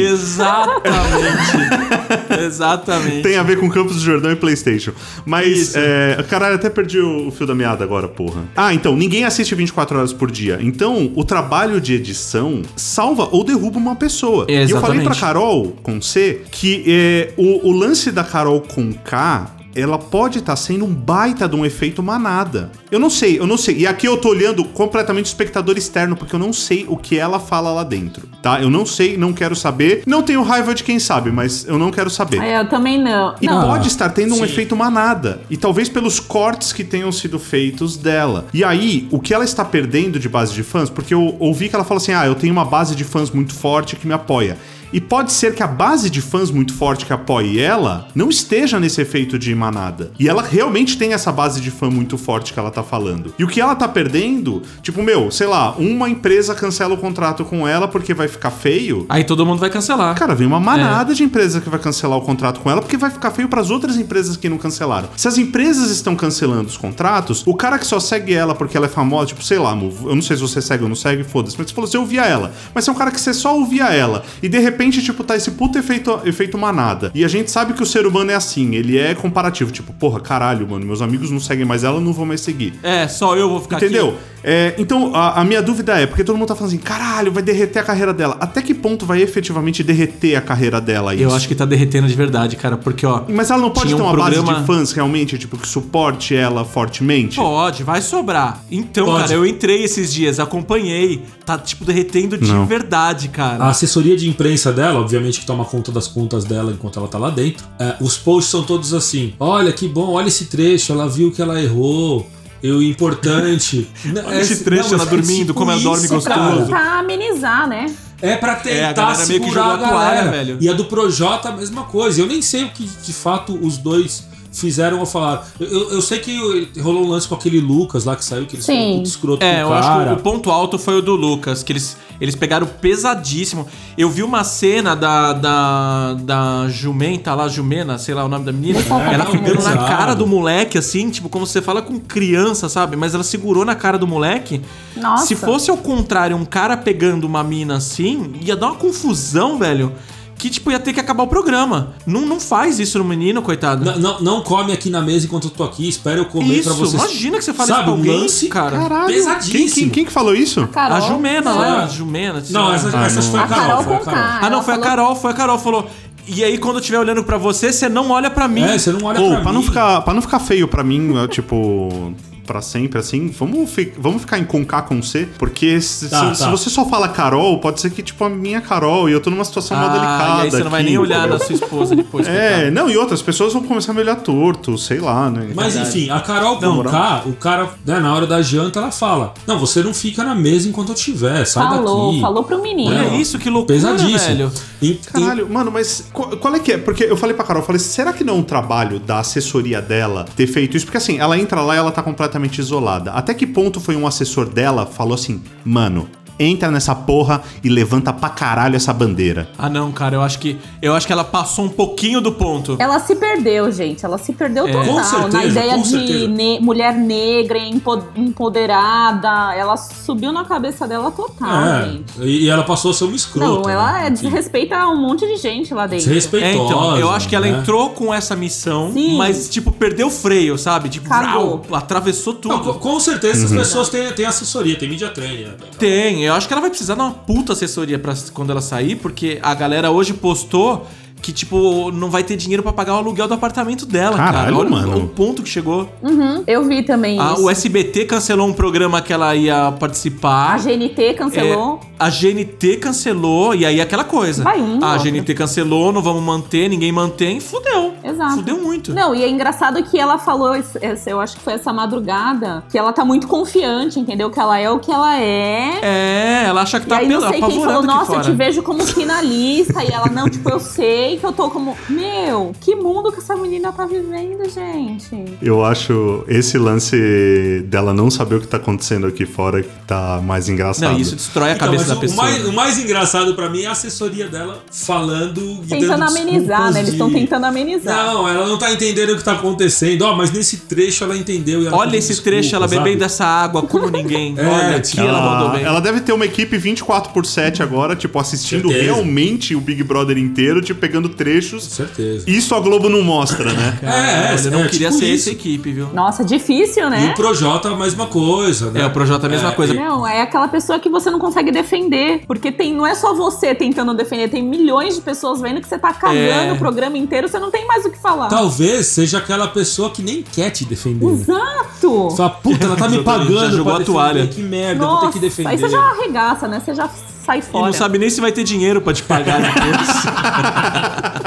Speaker 1: Exatamente. Exatamente.
Speaker 2: Tem a ver com Campos do Jordão e PlayStation. Mas,
Speaker 1: Isso.
Speaker 2: é, caralho, até perdi o, o fio da meada agora, porra. Ah, então, ninguém assiste 24 horas por dia. Então, o trabalho de edição salva ou derruba uma pessoa. E eu falei
Speaker 1: Exatamente.
Speaker 2: pra Carol, com C, que é, o, o lance da Carol com K. Ela pode estar sendo um baita de um efeito manada. Eu não sei, eu não sei. E aqui eu tô olhando completamente o espectador externo, porque eu não sei o que ela fala lá dentro, tá? Eu não sei, não quero saber. Não tenho raiva de quem sabe, mas eu não quero saber.
Speaker 4: É, eu também não.
Speaker 2: E
Speaker 4: não.
Speaker 2: pode estar tendo um
Speaker 3: sim.
Speaker 2: efeito manada. E talvez pelos cortes que tenham sido feitos dela. E aí, o que ela está perdendo de base de fãs? Porque eu ouvi que ela fala assim: ah, eu tenho uma base de fãs muito forte que me apoia. E pode ser que a base de fãs muito forte que apoie ela não esteja nesse efeito de manada. E ela realmente tem essa base de fã muito forte que ela tá falando. E o que ela tá perdendo, tipo, meu, sei lá, uma empresa cancela o contrato com ela porque vai ficar feio.
Speaker 1: Aí todo mundo vai cancelar.
Speaker 2: Cara, vem uma manada de empresa que vai cancelar o contrato com ela porque vai ficar feio pras outras empresas que não cancelaram. Se as empresas estão cancelando os contratos, o cara que só segue ela porque ela é famosa, tipo, sei lá, Mu, eu não sei se você segue ou não segue, foda-se, mas você falou, você ouvia ela. Mas se é um cara que você só ouvia ela e de repente, tipo, tá esse puto efeito, efeito manada. E a gente sabe que o ser humano é assim, ele é comparativo, tipo, porra, caralho, mano, meus amigos não seguem mais ela, eu não vou mais seguir.
Speaker 1: É, só eu vou ficar
Speaker 2: Entendeu?
Speaker 1: aqui.
Speaker 2: É, então, a, a minha dúvida é, porque todo mundo tá falando assim, caralho, vai derreter a carreira dela. Até que ponto vai efetivamente derreter a carreira dela isso?
Speaker 1: Eu acho que tá derretendo de verdade, cara, porque ó.
Speaker 2: Mas ela não pode
Speaker 1: tinha
Speaker 2: ter
Speaker 1: um
Speaker 2: uma base
Speaker 1: programa-
Speaker 2: de fãs realmente, tipo, que suporte ela fortemente?
Speaker 1: Pode, vai sobrar. Então,
Speaker 3: Pode.
Speaker 1: cara, eu entrei esses dias, acompanhei. Tá, tipo, derretendo de
Speaker 2: Não.
Speaker 1: verdade, cara.
Speaker 3: A assessoria de imprensa dela, obviamente, que toma conta das contas dela enquanto ela tá lá dentro. é, os posts são todos assim: olha que bom, olha esse trecho, ela viu que ela errou. E o importante.
Speaker 1: Olha esse trecho, ela
Speaker 3: mas
Speaker 1: dormindo, como ela dorme
Speaker 4: Pra
Speaker 1: gostoso.
Speaker 4: tentar amenizar, né?
Speaker 3: É pra tentar
Speaker 1: É, a galera meio que
Speaker 3: segurar
Speaker 1: jogou
Speaker 3: a
Speaker 1: a toalha,
Speaker 3: galera.
Speaker 1: velho.
Speaker 3: E a do Projota, a mesma coisa. Eu nem sei o que de fato os dois fizeram ou falaram. Eu, eu- eu sei que rolou um lance com aquele Lucas lá que saiu, que eles
Speaker 4: Sim.
Speaker 3: foram tudo escroto
Speaker 1: É,
Speaker 3: com
Speaker 1: eu
Speaker 3: o
Speaker 1: acho
Speaker 3: cara.
Speaker 1: que o ponto alto foi o do Lucas, que eles, eles pegaram pesadíssimo. Eu vi uma cena da, da, da jumenta lá, Jumena, sei lá o nome da menina,
Speaker 4: É,
Speaker 1: ela
Speaker 4: não,
Speaker 1: pegando na
Speaker 3: pesado.
Speaker 1: cara do moleque, assim, tipo, como você fala com criança, sabe? Mas ela segurou na cara do moleque.
Speaker 4: Nossa.
Speaker 1: Se fosse ao contrário, um cara pegando uma mina assim, ia dar uma confusão, velho. Que, tipo, ia ter que acabar o programa. Não, não faz isso no menino, coitado.
Speaker 3: Não, não- não come aqui na mesa enquanto eu tô aqui, espera eu comer
Speaker 1: Isso,
Speaker 3: pra vocês.
Speaker 1: imagina que você fala
Speaker 3: Sabe,
Speaker 1: isso pra
Speaker 3: um
Speaker 1: alguém,
Speaker 3: lance,
Speaker 1: cara.
Speaker 2: Caralho, quem,
Speaker 3: Pesadíssimo.
Speaker 2: quem, quem que falou isso?
Speaker 4: Carol,
Speaker 1: A Jumena
Speaker 4: né?
Speaker 1: lá, a Jumena. sei
Speaker 3: Não,
Speaker 1: lá. É.
Speaker 3: essas,
Speaker 2: Ah,
Speaker 3: essas
Speaker 2: não.
Speaker 3: foi a
Speaker 4: A Carol
Speaker 3: Carol. Foi a
Speaker 4: com
Speaker 3: Carol.
Speaker 4: K.
Speaker 1: Ah, não,
Speaker 4: Ela
Speaker 1: foi a
Speaker 4: falou-
Speaker 1: Carol, foi a Carol, falou. E aí, quando eu estiver olhando pra você, você não olha pra mim.
Speaker 3: É, você não olha
Speaker 2: Ou,
Speaker 3: pra,
Speaker 2: pra, não
Speaker 3: mim.
Speaker 2: ficar, pra não ficar feio pra mim, é, tipo, pra sempre, assim, vamos, fi- vamos ficar em com K, com C, porque se,
Speaker 3: Tá,
Speaker 2: se-
Speaker 3: tá.
Speaker 2: se você só fala Carol, pode ser que, tipo, a minha Carol, e eu tô numa situação mal é delicada
Speaker 1: Ah, e aí você não vai
Speaker 2: aqui,
Speaker 1: nem olhar na
Speaker 2: entendeu?
Speaker 1: sua esposa depois.
Speaker 2: É, não, e outras pessoas vão começar a me olhar torto, sei lá, né?
Speaker 3: Mas enfim, a Carol
Speaker 2: Não,
Speaker 3: com K, o cara, né, na hora da janta, ela fala: Não, você não fica na mesa enquanto eu tiver, sai
Speaker 4: Falou,
Speaker 3: daqui. Né? é
Speaker 4: falou pro menino.
Speaker 1: Olha isso, que loucura,
Speaker 3: Pesadíssimo.
Speaker 1: velho.
Speaker 3: E- e-
Speaker 2: Caralho, mano, mas qual, qual é que é? Porque eu falei pra Carol, eu falei, será que não é um trabalho da assessoria dela ter feito isso? Porque assim, ela entra lá e ela tá completamente isolada. Até que ponto foi um assessor dela falou assim, mano, entra nessa porra e levanta pra caralho essa bandeira.
Speaker 1: Ah, não, cara, eu acho que. Eu acho que ela passou um pouquinho do ponto.
Speaker 4: Ela se perdeu, gente. Ela se perdeu total
Speaker 3: Com certeza,
Speaker 4: na ideia
Speaker 3: com
Speaker 4: de
Speaker 3: certeza.
Speaker 4: ne- mulher negra, empo- empoderada. Ela subiu na cabeça dela total, gente.
Speaker 3: É, e e ela passou a ser uma escrota.
Speaker 4: Não, ela
Speaker 3: né?
Speaker 4: é desrespeita um monte de gente lá dentro.
Speaker 1: É,
Speaker 3: Desrespeitosa.
Speaker 1: então, eu acho que ela
Speaker 3: né?
Speaker 1: entrou com essa missão,
Speaker 4: Sim.
Speaker 1: mas, tipo, perdeu o freio, sabe? Tipo,
Speaker 4: Cagou.
Speaker 1: vrau, atravessou
Speaker 3: Não,
Speaker 1: tudo.
Speaker 3: com, com certeza
Speaker 4: Uhum.
Speaker 3: essas pessoas têm, têm assessoria, têm media training. né?
Speaker 1: Tem, eu acho que ela vai precisar de uma puta assessoria pra quando ela sair, porque a galera hoje postou que, tipo, não vai ter dinheiro pra pagar o aluguel do apartamento dela, cara.
Speaker 2: Caralho,
Speaker 1: Olha o-
Speaker 2: mano.
Speaker 1: o ponto que chegou.
Speaker 4: Uhum, eu vi também
Speaker 1: A,
Speaker 4: isso.
Speaker 1: o SBT cancelou um programa que ela ia
Speaker 4: A
Speaker 1: participar.
Speaker 4: GNT cancelou.
Speaker 1: A GNT cancelou, e aí aquela coisa.
Speaker 4: Vai um,
Speaker 1: a
Speaker 4: outro.
Speaker 1: GNT cancelou, não vamos manter, ninguém mantém, fudeu.
Speaker 4: Exato.
Speaker 1: Fudeu muito.
Speaker 4: Não, e é engraçado que ela falou, esse- esse- eu acho que foi essa madrugada, que ela tá muito confiante, entendeu? Que ela é o que ela é.
Speaker 1: É, ela acha que
Speaker 4: e
Speaker 1: tá
Speaker 4: aí
Speaker 1: apel-
Speaker 4: não sei quem falou,
Speaker 1: apavorando aqui
Speaker 4: nossa, eu te
Speaker 1: fora.
Speaker 4: vejo como finalista. e ela, não, tipo, eu sei que eu tô como. Meu, que mundo que essa menina tá vivendo, gente.
Speaker 2: Eu acho esse lance dela não saber o que tá acontecendo aqui fora que tá mais engraçado.
Speaker 1: Não, isso destrói a
Speaker 3: Então,
Speaker 1: cabeça
Speaker 3: mas
Speaker 1: da
Speaker 3: o,
Speaker 1: pessoa.
Speaker 3: mais, o mais engraçado pra mim é a assessoria dela falando. e
Speaker 4: Tentando
Speaker 3: dando
Speaker 4: amenizar,
Speaker 3: desculpas
Speaker 4: né? Eles estão
Speaker 3: de-
Speaker 4: tentando amenizar.
Speaker 3: Não, ela não tá entendendo o que tá acontecendo. Ó, mas nesse trecho ela entendeu. e ela
Speaker 1: Olha
Speaker 3: pediu
Speaker 1: esse
Speaker 3: desculpa,
Speaker 1: trecho, ela é
Speaker 3: sabe?
Speaker 1: bebendo essa água como ninguém.
Speaker 3: É,
Speaker 1: Olha aqui,
Speaker 2: Ela, Ah,
Speaker 1: ela mandou bem.
Speaker 2: ela deve ter uma equipe 24 por 7 agora, tipo, assistindo
Speaker 3: Certeza.
Speaker 2: realmente o Big Brother inteiro, tipo, pegando
Speaker 3: Com
Speaker 2: trechos.
Speaker 3: certeza.
Speaker 2: Isso a Globo não mostra, né?
Speaker 3: É, é,
Speaker 1: Olha, eu não
Speaker 3: é,
Speaker 1: queria
Speaker 3: tipo
Speaker 1: ser
Speaker 3: isso.
Speaker 1: essa equipe, viu?
Speaker 4: Nossa, difícil,
Speaker 3: E
Speaker 4: né?
Speaker 3: o Projota, a mesma coisa, né?
Speaker 1: É, o Projota é a mesma
Speaker 3: É,
Speaker 1: coisa.
Speaker 4: Não, é aquela pessoa que você não consegue defender. Porque tem, não é só você tentando defender, tem milhões de pessoas vendo que você tá cagando
Speaker 1: É.
Speaker 4: o programa inteiro, você não tem mais o que falar.
Speaker 3: Então, Talvez seja aquela pessoa que nem quer te defender.
Speaker 4: Exato!
Speaker 3: Fala, puta, ela tá me
Speaker 1: Exatamente,
Speaker 3: pagando.
Speaker 1: já jogou
Speaker 3: pra
Speaker 1: a toalha.
Speaker 3: defender, Que merda, eu vou ter
Speaker 4: Nossa,
Speaker 3: que defender.
Speaker 4: aí você já arregaça, né? Você já sai
Speaker 1: E
Speaker 4: fora.
Speaker 1: não sabe nem se vai ter dinheiro pra te pagar depois.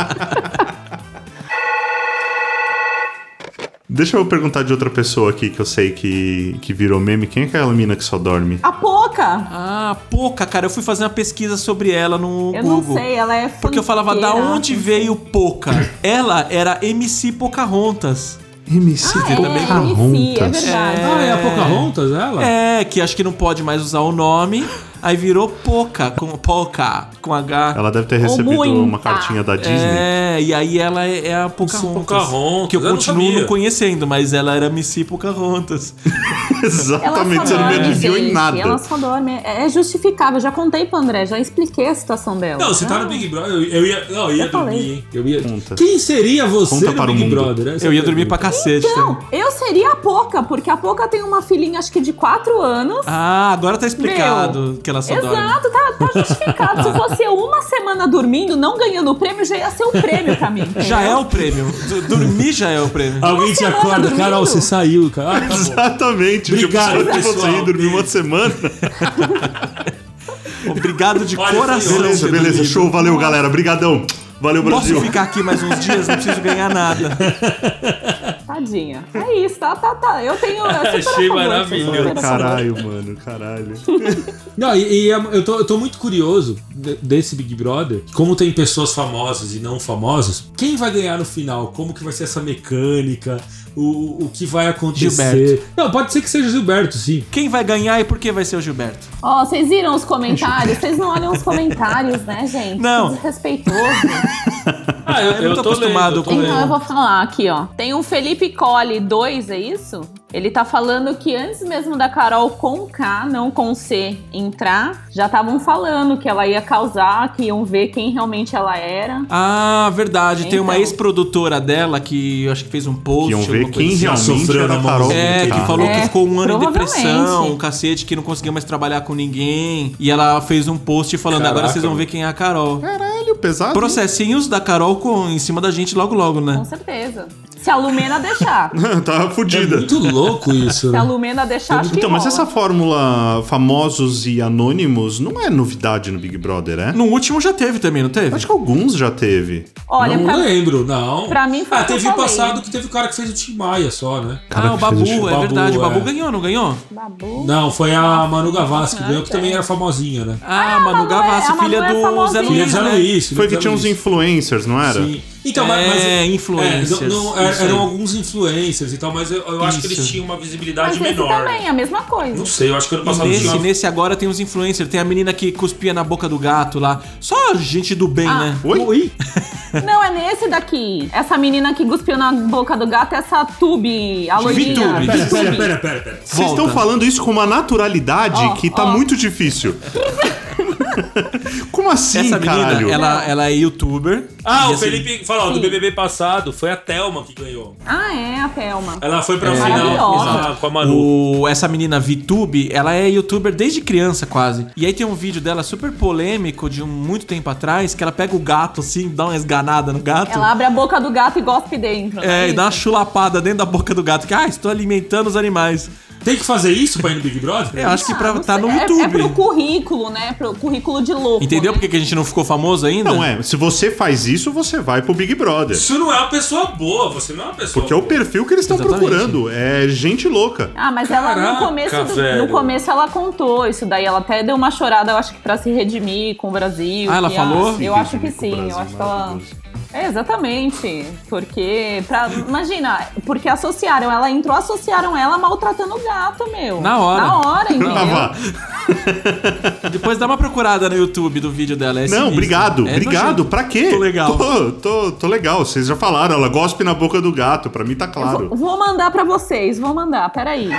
Speaker 2: Deixa eu perguntar de outra pessoa aqui que eu sei que, que virou meme. Quem é aquela mina que só dorme?
Speaker 4: A Poca!
Speaker 1: Ah, pouca, cara. Eu fui fazer uma pesquisa sobre ela no
Speaker 4: Eu
Speaker 1: Google.
Speaker 4: não sei, ela é funkeira.
Speaker 1: Porque eu falava, da onde veio Poca? Ela era MC Pocahontas.
Speaker 2: MC
Speaker 4: É,
Speaker 1: também
Speaker 4: é MC, é verdade.
Speaker 3: Ah, é a Pocahontas, ela?
Speaker 1: É, que acho que não pode mais usar o nome. Aí virou Poca, com Poca, com H.
Speaker 2: Ela deve ter
Speaker 4: Ou
Speaker 2: recebido
Speaker 4: muita.
Speaker 2: uma cartinha da Disney.
Speaker 1: É, e aí ela é é a Pocahontas.
Speaker 3: Pocahontas,
Speaker 1: Que eu
Speaker 3: eu não
Speaker 1: continuo
Speaker 3: sabia.
Speaker 1: não conhecendo, mas ela era MC Pocahontas.
Speaker 4: Ela
Speaker 2: Exatamente,
Speaker 4: só
Speaker 2: você não me
Speaker 4: dorme,
Speaker 2: adivinhou
Speaker 4: gente,
Speaker 2: em nada.
Speaker 4: Ela só dorme. É é justificável. Eu Já contei pro André, já expliquei a situação dela.
Speaker 3: Não, você tá
Speaker 4: Ah.
Speaker 3: no Big Brother. Eu, eu ia, não, eu ia
Speaker 4: Eu
Speaker 3: dormir,
Speaker 4: falei.
Speaker 3: hein? Eu ia...
Speaker 2: Conta.
Speaker 3: Quem seria você
Speaker 2: Conta
Speaker 3: no
Speaker 2: para o
Speaker 3: Big
Speaker 2: mundo.
Speaker 3: Brother? Essa
Speaker 1: Eu
Speaker 3: é
Speaker 1: ia
Speaker 3: a
Speaker 1: dormir pra
Speaker 3: pergunta.
Speaker 1: cacete
Speaker 4: Então,
Speaker 1: também.
Speaker 4: Eu seria a Poca, porque a Poca tem uma filhinha, acho que de 4 anos.
Speaker 1: Ah, agora tá explicado que ela só dorme.
Speaker 4: Exato, tá, tá justificado. Se fosse eu uma semana dormindo, não ganhando o prêmio, já ia ser o prêmio pra mim. entendeu?
Speaker 1: Já é o prêmio. Du- Dormir já é o prêmio.
Speaker 3: Alguém te
Speaker 4: Você
Speaker 3: acorda,
Speaker 4: tava
Speaker 3: Carol,
Speaker 4: dormindo?
Speaker 3: você saiu, cara. Ah, tá bom.
Speaker 2: Exatamente.
Speaker 3: Obrigado,
Speaker 2: tipo, só de você
Speaker 3: pessoal.
Speaker 2: ir dormir uma semana.
Speaker 1: Obrigado de
Speaker 3: Olha,
Speaker 1: coração.
Speaker 3: senhor.
Speaker 2: Beleza,
Speaker 1: Pedro
Speaker 2: beleza.
Speaker 1: Lima.
Speaker 2: Show, valeu, galera. Brigadão. Valeu, Brasil.
Speaker 1: Posso ficar aqui mais uns dias, não preciso ganhar nada.
Speaker 4: Tadinha. É isso, tá, tá, tá. Eu tenho. Eu super a
Speaker 3: Achei
Speaker 4: favor dessa
Speaker 3: maravilhoso.
Speaker 4: superação.
Speaker 2: Caralho, mano, caralho.
Speaker 3: Não, e, e é- eu, tô, eu tô muito curioso de- desse Big Brother. Como tem pessoas famosas e não famosas, quem vai ganhar no final? Como que vai ser essa mecânica? O, o que vai acontecer?
Speaker 1: Gilberto.
Speaker 3: Não, pode ser que seja Gilberto, sim.
Speaker 1: Quem vai ganhar e por que vai ser o Gilberto?
Speaker 4: Ó, vocês viram os comentários? Vocês não olham os comentários, né, gente?
Speaker 1: Não.
Speaker 4: Desrespeitoso.
Speaker 3: Ah, eu,
Speaker 1: eu tô acostumado com-
Speaker 4: Então eu vou falar aqui, ó. Tem o Felipe Colli 2, é isso? Ele tá falando que antes mesmo da Carol com K, não com C, entrar, já estavam falando que ela ia causar, que iam ver quem realmente ela era.
Speaker 1: Ah, verdade. Tem uma
Speaker 4: Então.
Speaker 1: ex-produtora dela que eu acho que fez um post.
Speaker 2: Iam ver
Speaker 1: alguma coisa
Speaker 2: quem tá.
Speaker 1: assim.
Speaker 2: realmente
Speaker 3: sofreu
Speaker 2: era
Speaker 3: na
Speaker 2: a Carol.
Speaker 3: mãozinha.
Speaker 1: É,
Speaker 2: Conká.
Speaker 1: que falou que
Speaker 4: É,
Speaker 1: ficou um ano em
Speaker 4: provavelmente.
Speaker 1: depressão, um cacete, que não conseguia mais trabalhar com ninguém. E ela fez um post falando,
Speaker 3: Caraca,
Speaker 1: agora vocês vão ver
Speaker 3: mano.
Speaker 1: quem é a Carol.
Speaker 2: Caralho, pesado.
Speaker 1: Processinhos da Carol com, em cima da gente logo logo, né?
Speaker 4: Com certeza. Se a Lumena deixar.
Speaker 2: Tava
Speaker 3: É
Speaker 2: fodida.
Speaker 3: muito louco isso.
Speaker 4: Se
Speaker 3: né?
Speaker 4: a Lumena deixar, acho que
Speaker 2: Então, mas
Speaker 4: rola.
Speaker 2: essa fórmula famosos e anônimos não é novidade no Big Brother, é?
Speaker 1: No último já teve também, não teve?
Speaker 2: Acho que alguns já teve.
Speaker 4: Olha,
Speaker 3: não
Speaker 2: é.
Speaker 4: pra...
Speaker 3: lembro, não.
Speaker 4: pra mim foi
Speaker 3: Ah,
Speaker 4: o que eu
Speaker 3: teve o
Speaker 4: falei.
Speaker 3: passado que teve o cara que fez o Tim Maia só, né?
Speaker 1: Ah, o
Speaker 2: Cara que fez
Speaker 1: Babu,
Speaker 2: o
Speaker 1: é
Speaker 3: show.
Speaker 1: verdade. O
Speaker 3: Babu,
Speaker 1: Babu
Speaker 3: é.
Speaker 1: ganhou, não ganhou?
Speaker 4: Babu.
Speaker 3: Não, foi a Manu Gavassi que
Speaker 4: Ah,
Speaker 3: ganhou, que
Speaker 4: tá.
Speaker 3: também era famosinha, né?
Speaker 1: Ah,
Speaker 4: a
Speaker 1: Manu
Speaker 4: Manu é-
Speaker 1: Gavassi,
Speaker 4: a Manu
Speaker 1: filha
Speaker 4: é
Speaker 1: do Zé
Speaker 4: famosinha.
Speaker 3: E
Speaker 1: Luiz.
Speaker 3: a Zé
Speaker 1: né?
Speaker 3: Luiz.
Speaker 2: Foi
Speaker 3: Zé
Speaker 2: que tinha uns
Speaker 3: Luiz.
Speaker 2: influencers, não era?
Speaker 3: Sim. Então, mas, mas
Speaker 1: É, influencers,
Speaker 3: é, não- não- é,
Speaker 1: isso aí.
Speaker 3: eram alguns influencers e tal, mas eu, eu acho que eles
Speaker 1: Isso.
Speaker 3: tinham uma visibilidade
Speaker 4: Mas esse
Speaker 3: menor.
Speaker 4: também, é a mesma coisa.
Speaker 3: Não sei, eu acho que ano passado
Speaker 1: nesse,
Speaker 3: tinha uma...
Speaker 1: nesse agora tem os influencers. Tem a menina que cuspia na boca do gato lá. Só gente do bem,
Speaker 4: Ah.
Speaker 1: né?
Speaker 2: Oi?
Speaker 4: Não, é nesse daqui. Essa menina que cuspiu na boca do gato, essa tube, a loirinha.
Speaker 1: Vitube.
Speaker 3: Pera, pera,
Speaker 4: Vitube.
Speaker 3: pera, pera, pera.
Speaker 2: Vocês estão
Speaker 1: Volta.
Speaker 2: falando isso com uma naturalidade
Speaker 4: Ó,
Speaker 2: que tá
Speaker 4: ó.
Speaker 2: muito difícil. Como assim,
Speaker 1: Essa menina,
Speaker 2: caralho?
Speaker 1: ela, ela é youtuber.
Speaker 3: Ah,
Speaker 1: E
Speaker 3: o
Speaker 1: assim,
Speaker 3: Felipe falou, do
Speaker 4: Sim.
Speaker 3: BBB passado, foi a Thelma que ganhou.
Speaker 4: Ah, é, a Thelma.
Speaker 3: Ela foi pra
Speaker 1: É.
Speaker 3: final com a-
Speaker 4: Maravilhosa.
Speaker 3: com a Manu.
Speaker 1: O, essa menina VTube, ela é youtuber desde criança quase. E aí tem um vídeo dela super polêmico de um, muito tempo atrás, que ela pega o gato assim, dá uma esganada no gato.
Speaker 4: Ela abre a boca do gato e gospe dentro. né?
Speaker 1: É, e dá uma chulapada dentro da boca do gato. Que, ah, estou alimentando os animais.
Speaker 3: Tem que fazer isso pra ir no Big Brother?
Speaker 1: Eu acho que
Speaker 2: Ah,
Speaker 1: pra,
Speaker 4: não
Speaker 1: tá
Speaker 4: sei.
Speaker 1: no
Speaker 4: É-
Speaker 1: YouTube.
Speaker 4: É, pro currículo, né? Pro currículo de louco.
Speaker 1: Entendeu por
Speaker 4: né?
Speaker 1: que que a gente não ficou famoso ainda?
Speaker 2: Não é, se você faz isso, você vai pro Big Brother.
Speaker 3: Isso não é uma pessoa boa, você não é uma pessoa
Speaker 2: Porque é o
Speaker 3: boa.
Speaker 2: perfil que eles estão
Speaker 1: Exatamente.
Speaker 2: procurando. É gente louca.
Speaker 4: Ah, mas ela no
Speaker 3: Caraca,
Speaker 4: começo, do-
Speaker 3: velho.
Speaker 4: no começo ela contou isso daí. Ela até deu uma chorada, eu acho que pra se redimir com o Brasil.
Speaker 1: Ah, ela
Speaker 4: que
Speaker 1: falou?
Speaker 4: Eu acho que sim, eu acho que ela. É, exatamente. Porque, pra, imagina, porque associaram, ela entrou, associaram ela maltratando o gato, meu.
Speaker 1: Na hora.
Speaker 4: Na hora, entendeu?
Speaker 1: é.
Speaker 2: Tava.
Speaker 1: Depois dá uma procurada no YouTube do vídeo dela. é
Speaker 2: Não,
Speaker 1: sinistro.
Speaker 2: obrigado.
Speaker 1: É
Speaker 2: obrigado.
Speaker 1: nojento.
Speaker 2: Pra quê?
Speaker 1: Tô legal.
Speaker 2: Tô, tô- tô legal. Vocês já falaram. Ela gospe na boca do gato. Pra mim tá claro.
Speaker 4: Vou, vou mandar pra vocês, vou mandar, peraí.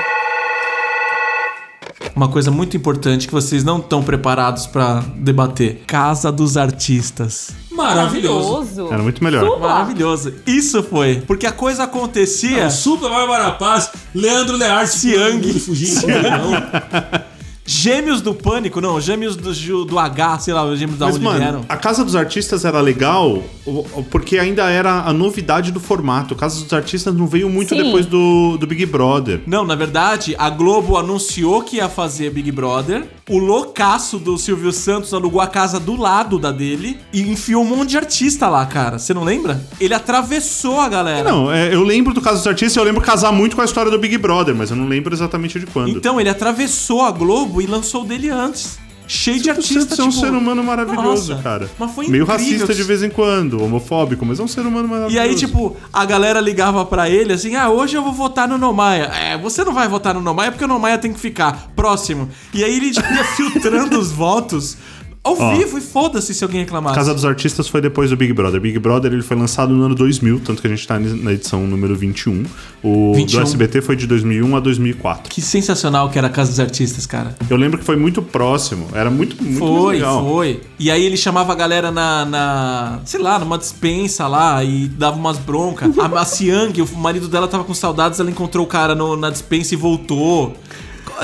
Speaker 1: Uma coisa muito importante que vocês não estão preparados pra debater. Casa dos Artistas.
Speaker 3: Maravilhoso.
Speaker 2: Era muito melhor.
Speaker 4: Super.
Speaker 1: Maravilhoso. Isso foi. Porque a coisa
Speaker 3: É um
Speaker 1: acontecia.
Speaker 3: Super Bárbara Paz, Leandro Learte,
Speaker 1: Siang.
Speaker 3: fugindo. Não.
Speaker 1: Gêmeos do Pânico, não, Gêmeos do, Ju- do H, sei lá, os Gêmeos da
Speaker 2: Mas,
Speaker 1: onde
Speaker 2: mano,
Speaker 1: vieram.
Speaker 2: a Casa dos Artistas era legal o- o- porque ainda era a novidade do formato. Casa dos Artistas não veio muito
Speaker 4: Sim.
Speaker 2: depois do, do Big Brother.
Speaker 1: Não, na verdade, a Globo anunciou que ia fazer Big Brother. O loucaço do Silvio Santos alugou a casa do lado da dele e enfiou um monte de artista lá, cara. Você não lembra? Ele atravessou a galera.
Speaker 2: Não, é, eu lembro do Casa dos Artistas, eu lembro casar muito com a história do Big Brother, mas eu não lembro exatamente de quando.
Speaker 1: Então, ele atravessou a Globo e lançou o dele antes. Cheio de
Speaker 2: Silvio
Speaker 1: artista,
Speaker 2: Santos é um
Speaker 1: tipo-
Speaker 2: ser humano maravilhoso,
Speaker 1: Nossa,
Speaker 2: cara.
Speaker 1: mas foi
Speaker 2: Meio
Speaker 1: incrível
Speaker 2: racista
Speaker 1: que-
Speaker 2: de vez em quando, homofóbico, mas é um ser humano maravilhoso.
Speaker 1: E aí, tipo, a galera ligava pra ele assim: ah, hoje eu vou votar no Nomaia. É, você não vai votar no Nomaia porque o Nomaia tem que ficar próximo. E aí ele tipo, ia filtrando os votos ao
Speaker 2: Ó.
Speaker 1: vivo e foda-se se alguém reclamasse.
Speaker 2: Casa dos Artistas foi depois do Big Brother. Big Brother ele foi lançado no ano 2000, tanto que a gente tá na edição número 21. O
Speaker 1: 21.
Speaker 2: do SBT foi de 2001 a 2004.
Speaker 1: Que sensacional que era a Casa dos Artistas, cara.
Speaker 2: Eu lembro que foi muito próximo, era muito, muito mais
Speaker 1: Foi,
Speaker 2: legal.
Speaker 1: foi. E aí ele chamava a galera na, na- sei lá, numa dispensa lá e dava umas broncas. A, a Siang, o marido dela tava com saudades, ela encontrou o cara no- na dispensa e voltou.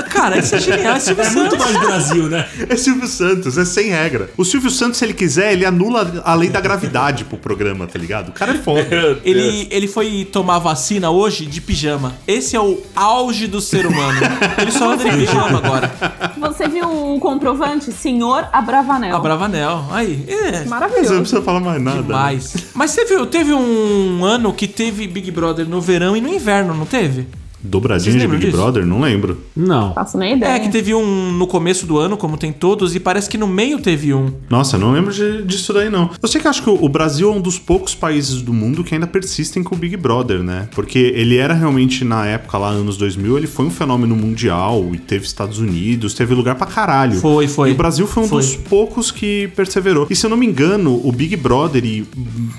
Speaker 1: Cara, isso é genial, isso
Speaker 3: É muito mais Brasil, né?
Speaker 2: É Silvio Santos, é sem regra. O Silvio Santos, se ele quiser, ele anula a lei da gravidade pro programa, tá ligado? O cara é foda.
Speaker 1: Ele, ele foi tomar vacina hoje de pijama. Esse é o auge do ser humano. Ele só anda de pijama agora.
Speaker 4: Você viu o comprovante? Senhor Abravanel.
Speaker 1: A É Bravanel. Aí, é.
Speaker 2: Mas eu não
Speaker 4: Maravilhoso.
Speaker 2: precisa falar mais nada. né?
Speaker 1: Demais. Mas teve, teve um ano que teve Big Brother no verão e no inverno, não teve?
Speaker 2: Dobradinha
Speaker 1: Vocês
Speaker 2: de
Speaker 1: lembram
Speaker 2: Big
Speaker 1: disso?
Speaker 2: Brother? Não lembro.
Speaker 3: Não.
Speaker 4: Faço nem ideia.
Speaker 1: É, que teve um no começo do ano, como tem todos, e parece que no meio teve um.
Speaker 2: Nossa, não lembro de- disso daí, não. Eu sei que acho que o Brasil é um dos poucos países do mundo que ainda persistem com o Big Brother, né? Porque ele era realmente, na época lá, anos 2000, ele foi um fenômeno mundial e teve Estados Unidos, teve lugar pra caralho.
Speaker 1: Foi, foi.
Speaker 2: E o Brasil foi um
Speaker 1: Foi.
Speaker 2: dos poucos que perseverou. E se eu não me engano, o Big Brother e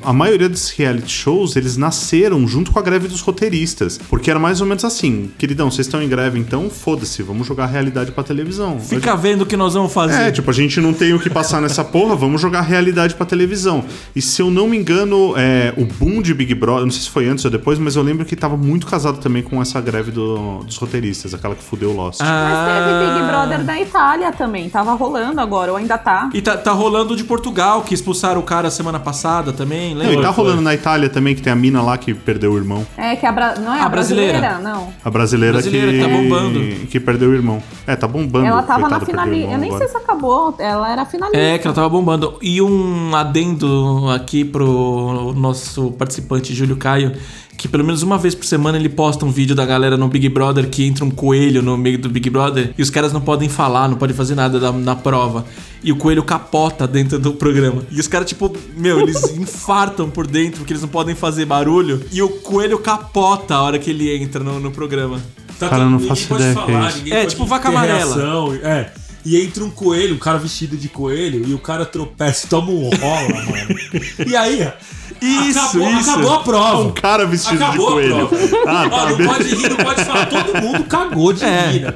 Speaker 2: a maioria desses reality shows, eles nasceram junto com a greve dos roteiristas. Porque era mais ou menos assim, queridão, vocês estão em greve, então foda-se, vamos jogar a realidade pra televisão.
Speaker 1: Fica vendo o que nós vamos fazer.
Speaker 2: É, tipo, a gente não tem o que passar nessa porra, vamos jogar realidade pra televisão. E se eu não me engano, é, o boom de Big Brother, não sei se foi antes ou depois, mas eu lembro que tava muito casado também com essa greve do- dos roteiristas, aquela que fudeu o Lost.
Speaker 1: Ah,
Speaker 4: Mas teve Big Brother da Itália também. Tava rolando agora, ou ainda tá.
Speaker 1: E tá, tá rolando de Portugal, que expulsaram o cara semana passada também,
Speaker 2: não, e
Speaker 1: lembra?
Speaker 2: tá
Speaker 3: foi.
Speaker 2: rolando na Itália também, que tem a mina lá que perdeu o irmão.
Speaker 4: É, que a Bra... não é
Speaker 1: A
Speaker 4: a,
Speaker 1: brasileira.
Speaker 4: brasileira? não.
Speaker 2: A brasileira,
Speaker 1: Brasileira
Speaker 2: que...
Speaker 1: que tá bombando.
Speaker 2: que perdeu o irmão. É, tá bombando.
Speaker 4: Ela tava
Speaker 2: coitado,
Speaker 4: na
Speaker 2: perdeu o
Speaker 4: finalista.
Speaker 2: irmão
Speaker 4: Eu nem
Speaker 2: agora.
Speaker 4: sei se acabou. Ela era finalista.
Speaker 1: É, que ela tava bombando. E um adendo aqui pro nosso participante Júlio Caio, que pelo menos uma vez por semana ele posta um vídeo da galera no Big Brother que entra um coelho no meio do Big Brother e os caras não podem falar, não podem fazer nada da- na prova. E o coelho capota dentro do programa. E os caras, tipo, meu, eles infartam por dentro porque eles não podem fazer barulho. E o coelho capota a hora que ele entra no, no programa.
Speaker 3: Tá
Speaker 2: Cara,
Speaker 3: todo-
Speaker 2: eu não
Speaker 3: ninguém
Speaker 2: faço
Speaker 3: pode
Speaker 2: ideia
Speaker 3: falar,
Speaker 2: que é isso.
Speaker 3: ninguém
Speaker 1: É,
Speaker 3: pode
Speaker 1: tipo
Speaker 3: ter
Speaker 1: vaca amarela.
Speaker 3: reação, é. E entra um coelho, um cara vestido de coelho, e o cara tropeça e toma um rola, mano. E aí, ó,
Speaker 1: Isso,
Speaker 3: acabou,
Speaker 1: isso.
Speaker 3: acabou a prova.
Speaker 2: Um cara vestido
Speaker 3: Acabou,
Speaker 2: de coelho.
Speaker 3: pronto.
Speaker 2: Ah,
Speaker 3: Ó,
Speaker 2: tá.
Speaker 3: não
Speaker 2: beleza.
Speaker 3: pode rir, não pode falar. Todo mundo cagou de
Speaker 1: É.
Speaker 3: rir. né?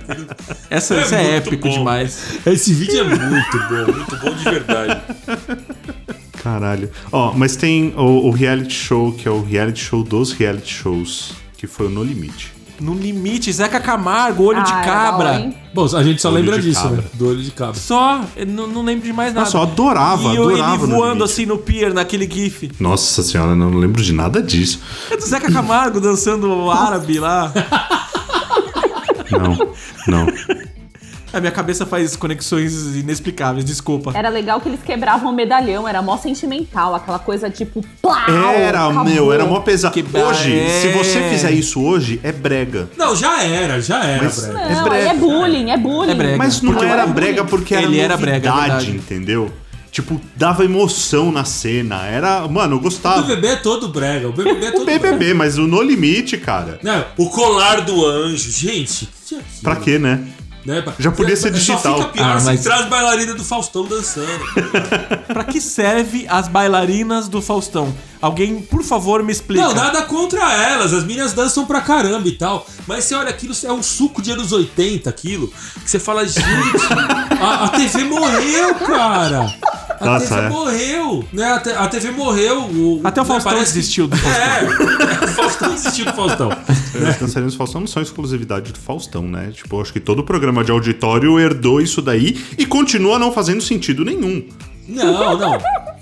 Speaker 1: Essa,
Speaker 3: É
Speaker 1: isso é
Speaker 3: muito
Speaker 1: épico
Speaker 3: bom.
Speaker 1: demais.
Speaker 3: Esse vídeo é muito bom, muito bom de verdade.
Speaker 2: Caralho. Ó, mas tem o, o reality show, que é o reality show dos reality shows, que foi o No Limite.
Speaker 1: No limite, Zeca Camargo, olho
Speaker 4: Ah,
Speaker 1: de
Speaker 4: era da
Speaker 1: cabra.
Speaker 4: hora, hein?
Speaker 3: Bom, a gente só
Speaker 2: Olho
Speaker 3: lembra
Speaker 2: de
Speaker 3: disso,
Speaker 2: cabra.
Speaker 3: né? Do olho de cabra.
Speaker 1: Só, eu não, não lembro de mais nada.
Speaker 2: Nossa, eu adorava,
Speaker 1: Tá. e eu-
Speaker 2: adorava.
Speaker 1: ele
Speaker 2: no
Speaker 1: voando
Speaker 2: limite.
Speaker 1: assim no pier, naquele gif.
Speaker 2: Nossa senhora, não lembro de nada disso.
Speaker 1: É do Zeca Camargo dançando o árabe lá.
Speaker 2: Não, não.
Speaker 1: A minha cabeça faz conexões inexplicáveis, desculpa.
Speaker 4: Era legal que eles quebravam o medalhão, era mó sentimental, aquela coisa tipo, plau,
Speaker 2: Era,
Speaker 4: acabou.
Speaker 2: meu, era mó pesado.
Speaker 1: Que ba-
Speaker 2: Hoje,
Speaker 1: é.
Speaker 2: se você fizer isso hoje, é brega.
Speaker 3: Não, já era, já era,
Speaker 2: Mas-
Speaker 3: Brad.
Speaker 4: Não,
Speaker 2: É
Speaker 4: aí
Speaker 2: brega.
Speaker 4: é bullying, é bullying.
Speaker 1: É brega.
Speaker 2: Mas não
Speaker 1: Porque
Speaker 2: era
Speaker 1: eu-
Speaker 2: brega porque era
Speaker 1: Ele era
Speaker 2: novidade,
Speaker 1: brega, é verdade.
Speaker 2: entendeu? Tipo, dava emoção na cena. Era, mano, eu
Speaker 3: O
Speaker 2: gostava.
Speaker 3: BBB é todo brega, o BBB é todo
Speaker 2: O é BBB, mas o No Limite, cara.
Speaker 3: Né? O colar do anjo, gente. que é aquilo,
Speaker 2: Pra quê, né?
Speaker 3: né? Pra-
Speaker 2: Já podia ser digital.
Speaker 3: Só fica pior
Speaker 1: Ah,
Speaker 3: se
Speaker 1: mas-
Speaker 3: traz bailarina do Faustão dançando.
Speaker 1: Pra que serve as bailarinas do Faustão? Alguém, por favor, me explica.
Speaker 3: Não, nada contra elas. As meninas dançam pra caramba e tal. Mas você olha aquilo, é um suco de anos 80, aquilo. Que você fala, gente, a, a TV morreu, cara. A
Speaker 2: Nossa,
Speaker 3: TV
Speaker 2: é.
Speaker 3: morreu, né? A, te- a TV morreu. O,
Speaker 1: Até o Faustão
Speaker 3: parece que-
Speaker 1: desistiu do
Speaker 3: É, o Faustão desistiu do Faustão.
Speaker 1: É.
Speaker 2: Os dançarinos do Faustão não são exclusividade do Faustão, né? Tipo, eu acho que todo programa de auditório herdou isso daí e continua não fazendo sentido nenhum.
Speaker 3: Não, não.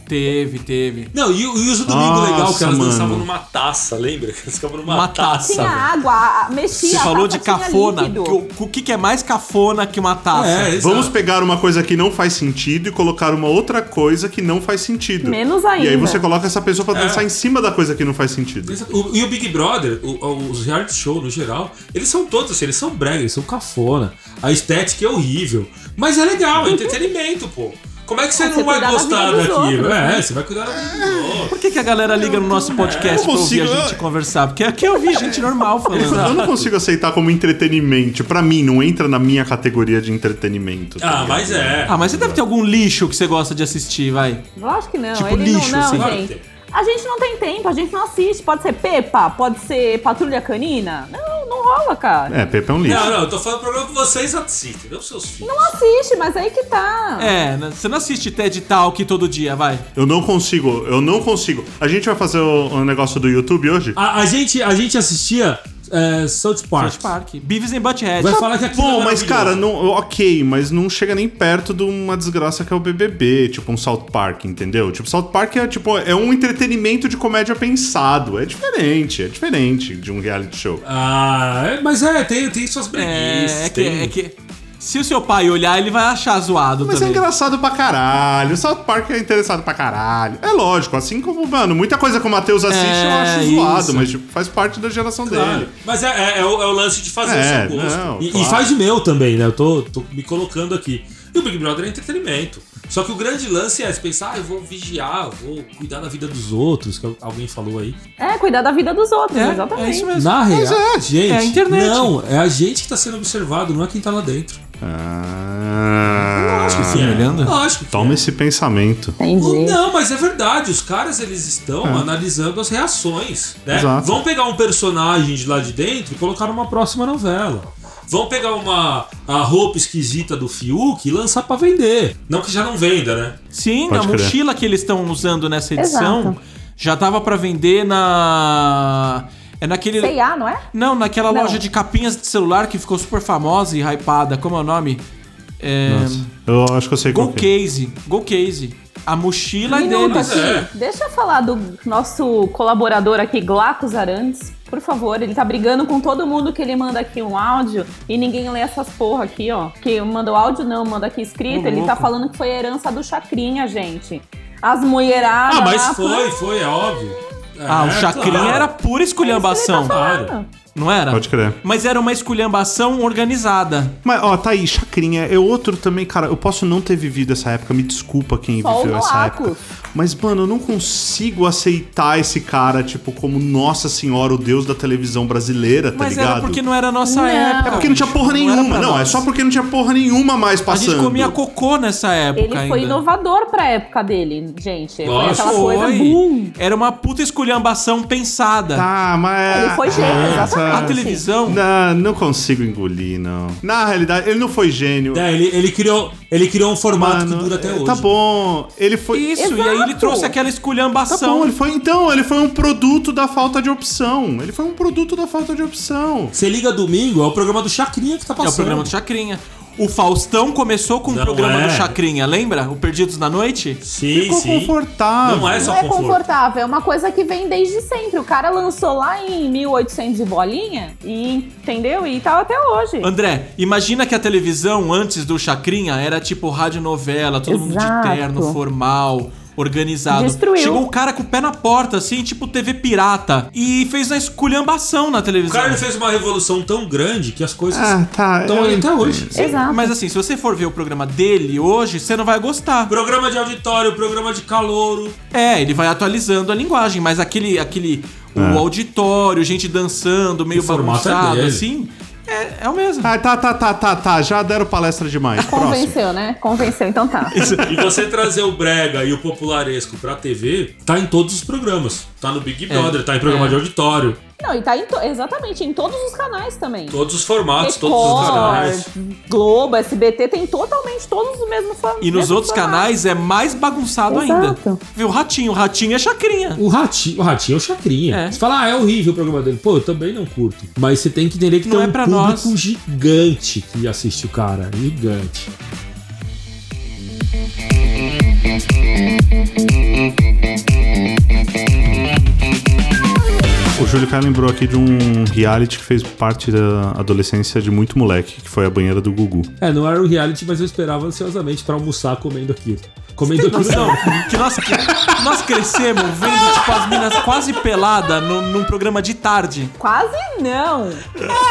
Speaker 1: Teve, teve.
Speaker 3: Não, e, o- e uso do domingo
Speaker 2: Nossa,
Speaker 3: legal, que elas
Speaker 2: mano.
Speaker 3: dançavam numa taça, lembra? Elas ficavam numa
Speaker 1: Uma
Speaker 3: taça.
Speaker 1: taça.
Speaker 4: Tinha
Speaker 1: velho.
Speaker 4: água, a- mexia.
Speaker 1: Você
Speaker 4: a
Speaker 1: falou
Speaker 4: taça
Speaker 1: de
Speaker 4: tinha
Speaker 1: cafona.
Speaker 4: líquido.
Speaker 1: que o- O que, que é mais cafona que uma taça?
Speaker 3: É, exato.
Speaker 2: Vamos pegar uma coisa que não faz sentido e colocar uma outra coisa que não faz sentido.
Speaker 4: Menos
Speaker 2: E aí
Speaker 4: ainda.
Speaker 2: você coloca essa pessoa pra dançar em cima da coisa que não faz sentido.
Speaker 3: É. Exato. O- e o Big Brother, o- o- os reality show no geral, eles são todos assim, eles são brega, eles são cafona. A estética é horrível. Mas é legal, é entretenimento, pô. Como é que você
Speaker 4: Ah,
Speaker 3: não
Speaker 4: você
Speaker 3: vai
Speaker 4: cuidar da
Speaker 3: gostar
Speaker 4: vida dos
Speaker 3: daquilo?
Speaker 4: outros,
Speaker 3: é, você vai cuidar da vida dos outros.
Speaker 1: Por que, que a galera liga no nosso podcast
Speaker 2: Eu não
Speaker 1: pra ouvir a
Speaker 2: consigo,
Speaker 1: gente
Speaker 2: eu-
Speaker 1: conversar? Porque aqui eu vi gente normal
Speaker 2: Eu
Speaker 1: falando.
Speaker 2: não consigo aceitar como entretenimento. Pra mim, não entra na minha categoria de entretenimento. tá
Speaker 3: Ah,
Speaker 2: ligado?
Speaker 3: mas é.
Speaker 1: Ah, mas você deve ter algum lixo que você gosta de assistir, vai.
Speaker 4: Lógico que não.
Speaker 1: Tipo
Speaker 4: ele
Speaker 1: lixo,
Speaker 4: não,
Speaker 1: assim.
Speaker 4: não,
Speaker 3: Claro que
Speaker 4: gente. A gente não tem tempo, a gente não assiste. Pode ser Pepa, pode ser Patrulha Canina. Não, não rola, cara.
Speaker 2: É, Pepe é um lixo.
Speaker 3: Não, não, eu tô falando programa que vocês assistem, não seus filhos.
Speaker 4: Não assiste, mas aí que tá.
Speaker 1: É, né, você não assiste TED Talk todo dia, vai.
Speaker 2: Eu não consigo, eu não consigo. A gente vai fazer o, o negócio do YouTube hoje?
Speaker 3: A, a gente, a gente assistia é, South Park.
Speaker 1: South Park. Beavis and Butthead.
Speaker 3: Vai falar que aquilo
Speaker 2: Bom,
Speaker 3: é
Speaker 2: mas
Speaker 3: maravilhoso.
Speaker 2: cara, não, ok, mas não chega nem perto de uma desgraça que é o BBB, tipo um South Park, entendeu? Tipo, South Park é tipo é um entretenimento de comédia pensado, é diferente, é diferente de um reality show.
Speaker 3: Ah, é, mas é, tem, tem suas preguiças.
Speaker 1: É, é que,
Speaker 3: tem-
Speaker 1: é que. Se o seu pai olhar, ele vai achar zoado
Speaker 2: Mas é
Speaker 1: também.
Speaker 2: engraçado pra caralho, South Park é interessado pra caralho. É lógico, assim como, mano, muita coisa que o Matheus assiste eu
Speaker 1: É,
Speaker 2: acho zoado,
Speaker 1: isso.
Speaker 2: mas tipo, faz parte da geração
Speaker 3: Claro.
Speaker 2: dele.
Speaker 3: Mas é, é- é o, é o lance de fazer
Speaker 2: É,
Speaker 3: o seu gosto.
Speaker 2: não,
Speaker 3: e, e
Speaker 2: claro.
Speaker 3: faz o meu também, né? Eu tô, tô me colocando aqui. E o Big Brother é entretenimento. Só que o grande lance é você pensar, ah, eu vou vigiar, eu vou cuidar da vida dos outros, que alguém falou aí.
Speaker 4: É, cuidar da vida dos outros,
Speaker 1: É,
Speaker 4: exatamente.
Speaker 1: é isso mesmo.
Speaker 3: Na real, gente,
Speaker 1: é a internet.
Speaker 3: não, é a gente que tá sendo observado, não é quem tá lá dentro.
Speaker 2: Ah,
Speaker 3: Lógico que
Speaker 1: me
Speaker 3: é.
Speaker 1: olhando?
Speaker 3: Lógico. que
Speaker 2: toma
Speaker 3: é.
Speaker 2: esse pensamento.
Speaker 4: Entendi.
Speaker 3: Não, mas é verdade. Os caras eles estão analisando as reações, né?
Speaker 2: Exato.
Speaker 3: Vão pegar um personagem de lá de dentro e colocar numa próxima novela. Vão pegar uma a roupa esquisita do Fiuk e lançar pra vender. Não que já não venda, né?
Speaker 1: Sim,
Speaker 2: Pode
Speaker 1: a
Speaker 2: crer.
Speaker 1: mochila que eles estão usando nessa edição
Speaker 4: Exato.
Speaker 1: já dava pra vender na. É naquele.
Speaker 4: Sei lá, não é?
Speaker 1: Não, naquela
Speaker 4: Não.
Speaker 1: loja de capinhas de celular que ficou super famosa e hypada. Como é o nome? É...
Speaker 2: Nossa, eu acho que eu sei qual
Speaker 1: Go
Speaker 2: que é.
Speaker 1: Case. Go Case. A mochila
Speaker 4: Minuto
Speaker 1: deles.
Speaker 4: aqui.
Speaker 3: É.
Speaker 4: Deixa eu falar do nosso colaborador aqui, Glacos Arantes. Por favor, ele tá brigando com todo mundo que ele manda aqui um áudio e ninguém lê essas porra aqui, ó. Que mandou áudio não, manda aqui escrito.
Speaker 1: Ô,
Speaker 4: ele tá
Speaker 1: louco.
Speaker 4: falando que foi herança do Chacrinha, gente. As mulheradas.
Speaker 3: Ah, mas
Speaker 4: lá,
Speaker 3: foi, foi, é óbvio. É,
Speaker 1: Ah, o Chacrinha
Speaker 3: claro.
Speaker 1: era pura
Speaker 4: tá
Speaker 1: esculhambação,
Speaker 3: Claro.
Speaker 1: não era?
Speaker 2: Pode crer.
Speaker 1: Mas era uma esculhambação organizada.
Speaker 2: Mas, ó, tá aí, Chacrinha. É outro também, cara. Eu posso não ter vivido essa época, me desculpa quem
Speaker 4: Só o
Speaker 2: viveu essa
Speaker 4: Glacos.
Speaker 2: época. Mas, mano, eu não consigo aceitar esse cara, tipo, como Nossa Senhora, o deus da televisão brasileira, tá
Speaker 1: Mas
Speaker 2: ligado?
Speaker 1: era porque não era a nossa
Speaker 4: Não.
Speaker 1: época.
Speaker 2: É porque não tinha porra
Speaker 1: Não era
Speaker 2: nenhuma.
Speaker 1: pra
Speaker 2: Não, é
Speaker 1: nós.
Speaker 2: só porque não tinha porra nenhuma mais
Speaker 1: A
Speaker 2: passando.
Speaker 1: gente comia cocô nessa época
Speaker 4: Ele foi
Speaker 1: ainda.
Speaker 4: inovador pra época dele, gente.
Speaker 3: Nossa,
Speaker 4: foi aquela
Speaker 1: Foi.
Speaker 4: coisa, boom.
Speaker 1: Era uma puta esculhambação pensada.
Speaker 2: Tá, mas.
Speaker 4: Ele foi gênio,
Speaker 2: Ah,
Speaker 4: exatamente.
Speaker 1: A
Speaker 2: sabe?
Speaker 1: televisão.
Speaker 2: Não, não consigo engolir, não. Na realidade, ele não foi gênio.
Speaker 3: É, ele, ele criou, ele criou um formato
Speaker 2: Mano,
Speaker 3: que dura até
Speaker 2: é,
Speaker 3: hoje.
Speaker 2: Tá bom. Ele foi.
Speaker 1: Isso, e
Speaker 4: Exato.
Speaker 1: aí ele trouxe aquela
Speaker 2: Tá
Speaker 1: esculhambação.
Speaker 2: bom, ele foi então, ele foi um produto da falta de opção. Ele foi um produto da falta de opção.
Speaker 3: Você liga domingo, é o programa do Chacrinha que tá
Speaker 1: É
Speaker 3: passando.
Speaker 1: o programa do Chacrinha. O Faustão começou com
Speaker 3: Não
Speaker 1: o programa
Speaker 3: é.
Speaker 1: do Chacrinha, lembra? O Perdidos na Noite?
Speaker 3: Sim,
Speaker 2: Ficou
Speaker 3: sim.
Speaker 2: confortável.
Speaker 3: Não é
Speaker 4: Não
Speaker 3: só
Speaker 4: é
Speaker 3: conforto.
Speaker 4: confortável, é uma coisa que vem desde sempre. O cara lançou lá em 1800 de bolinha, e, entendeu? E tá até hoje.
Speaker 1: André, imagina que a televisão antes do Chacrinha era tipo radionovela, todo mundo de
Speaker 4: Exato.
Speaker 1: terno, formal, organizado.
Speaker 4: Destruiu.
Speaker 1: Chegou o cara com o pé na porta, assim, tipo TV pirata, e fez uma esculhambação na
Speaker 3: O
Speaker 1: televisão.
Speaker 3: cara ele fez uma revolução tão grande que as coisas
Speaker 2: Ah, tá.
Speaker 3: estão
Speaker 2: eu
Speaker 3: aí até
Speaker 2: entendo.
Speaker 3: hoje.
Speaker 4: Exato.
Speaker 1: Mas assim, se você for ver o programa dele hoje, você não vai gostar.
Speaker 3: Programa de auditório, programa de calouro.
Speaker 1: É, ele vai atualizando a linguagem, mas aquele. aquele O auditório, gente dançando, meio
Speaker 3: É. O formato é
Speaker 1: bagunçado,
Speaker 3: dele.
Speaker 1: assim. É, é o mesmo.
Speaker 2: Ah, tá, tá, tá, tá, tá. Já deram palestra demais.
Speaker 3: Tá
Speaker 2: Próximo.
Speaker 4: Convenceu, né? Convenceu, então tá.
Speaker 3: E você trazer o brega e o popularesco pra TV, tá em todos os programas. Tá no Big Brother, tá em programa
Speaker 1: É.
Speaker 3: de auditório.
Speaker 4: Não, e tá em to- exatamente em todos os canais também.
Speaker 3: Todos os formatos,
Speaker 4: Record,
Speaker 3: todos os canais.
Speaker 4: Globo, SBT, tem totalmente todos os mesmos fam- mesmos formatos.
Speaker 1: E nos outros canais é mais bagunçado
Speaker 4: Exato.
Speaker 1: ainda. Viu o ratinho, o ratinho é chacrinha.
Speaker 3: O ratinho, o ratinho é o chacrinha.
Speaker 1: É.
Speaker 3: Você fala, ah, é horrível o programa dele. Pô, eu também não curto. Mas você tem que entender que
Speaker 1: Não
Speaker 3: tem
Speaker 1: é
Speaker 3: um
Speaker 1: pra
Speaker 3: público
Speaker 1: nós.
Speaker 3: gigante que assiste o cara. Gigante.
Speaker 2: O Júlio Caio lembrou aqui de um reality que fez parte da adolescência de muito moleque, que foi a banheira do Gugu.
Speaker 3: É, não era um reality, mas eu esperava ansiosamente pra almoçar comendo aquilo. Comendo aquilo não.
Speaker 1: Que nós, que nós crescemos vendo, tipo, as minas quase pelada no- num programa de tarde.
Speaker 4: Quase não.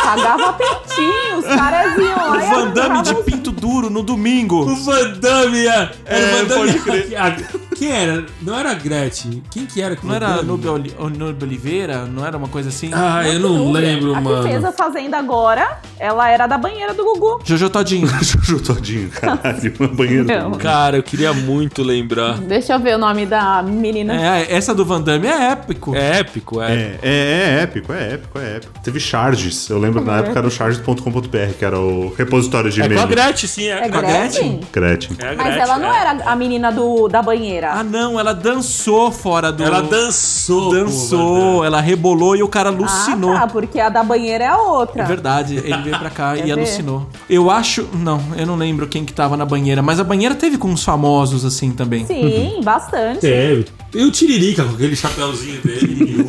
Speaker 4: Pagava peitinho, os caras iam lá
Speaker 1: O
Speaker 4: e
Speaker 1: Van Damme de
Speaker 4: arrancavam-
Speaker 1: pinto duro no domingo.
Speaker 3: O Van Damme, é. Era
Speaker 2: É,
Speaker 3: o Van Damme.
Speaker 2: pode crer.
Speaker 3: A- Quem era? Não era a Gretchen. Quem que era? que
Speaker 1: Não era
Speaker 3: Van Damme?
Speaker 1: Nube Oli- Nube Oliveira? Não era uma coisa assim?
Speaker 3: Ah, eu não lembro,
Speaker 4: a
Speaker 3: mano.
Speaker 4: que fez a Fazenda agora, ela era da banheira do Gugu.
Speaker 1: Jojo Todinho.
Speaker 2: Juju todinho, caralho. A banheira do
Speaker 4: Não.
Speaker 2: Gugu.
Speaker 5: Cara, eu queria muito lembrar.
Speaker 4: Deixa eu ver o nome da menina.
Speaker 1: É, essa do Van Damme é épico.
Speaker 5: É épico, é.
Speaker 2: É, é, é épico, é épico, é épico. Teve charges. Eu lembro
Speaker 3: É.
Speaker 2: na época era o charges.com.br, que era o repositório de
Speaker 5: É com a
Speaker 2: e-mail.
Speaker 5: Gretchen, sim. É,
Speaker 4: É
Speaker 5: com a
Speaker 4: Gretchen?
Speaker 2: Gretchen.
Speaker 5: É a
Speaker 4: Mas
Speaker 5: Gretchen,
Speaker 4: ela não
Speaker 5: é.
Speaker 4: era a menina do, da banheira.
Speaker 1: Ah, não, ela dançou fora do...
Speaker 5: Ela dançou. pô,
Speaker 1: Dançou, ela rebolou e o cara alucinou.
Speaker 4: Ah, tá, porque a da banheira é a outra.
Speaker 1: É verdade, ele veio pra cá
Speaker 4: Quer
Speaker 1: e
Speaker 4: ver?
Speaker 1: alucinou. Eu acho. Não, eu não lembro quem que tava na banheira, mas a banheira teve com uns famosos assim também.
Speaker 4: Sim, bastante.
Speaker 3: Teve. E é, o Tiririca com aquele chapéuzinho dele.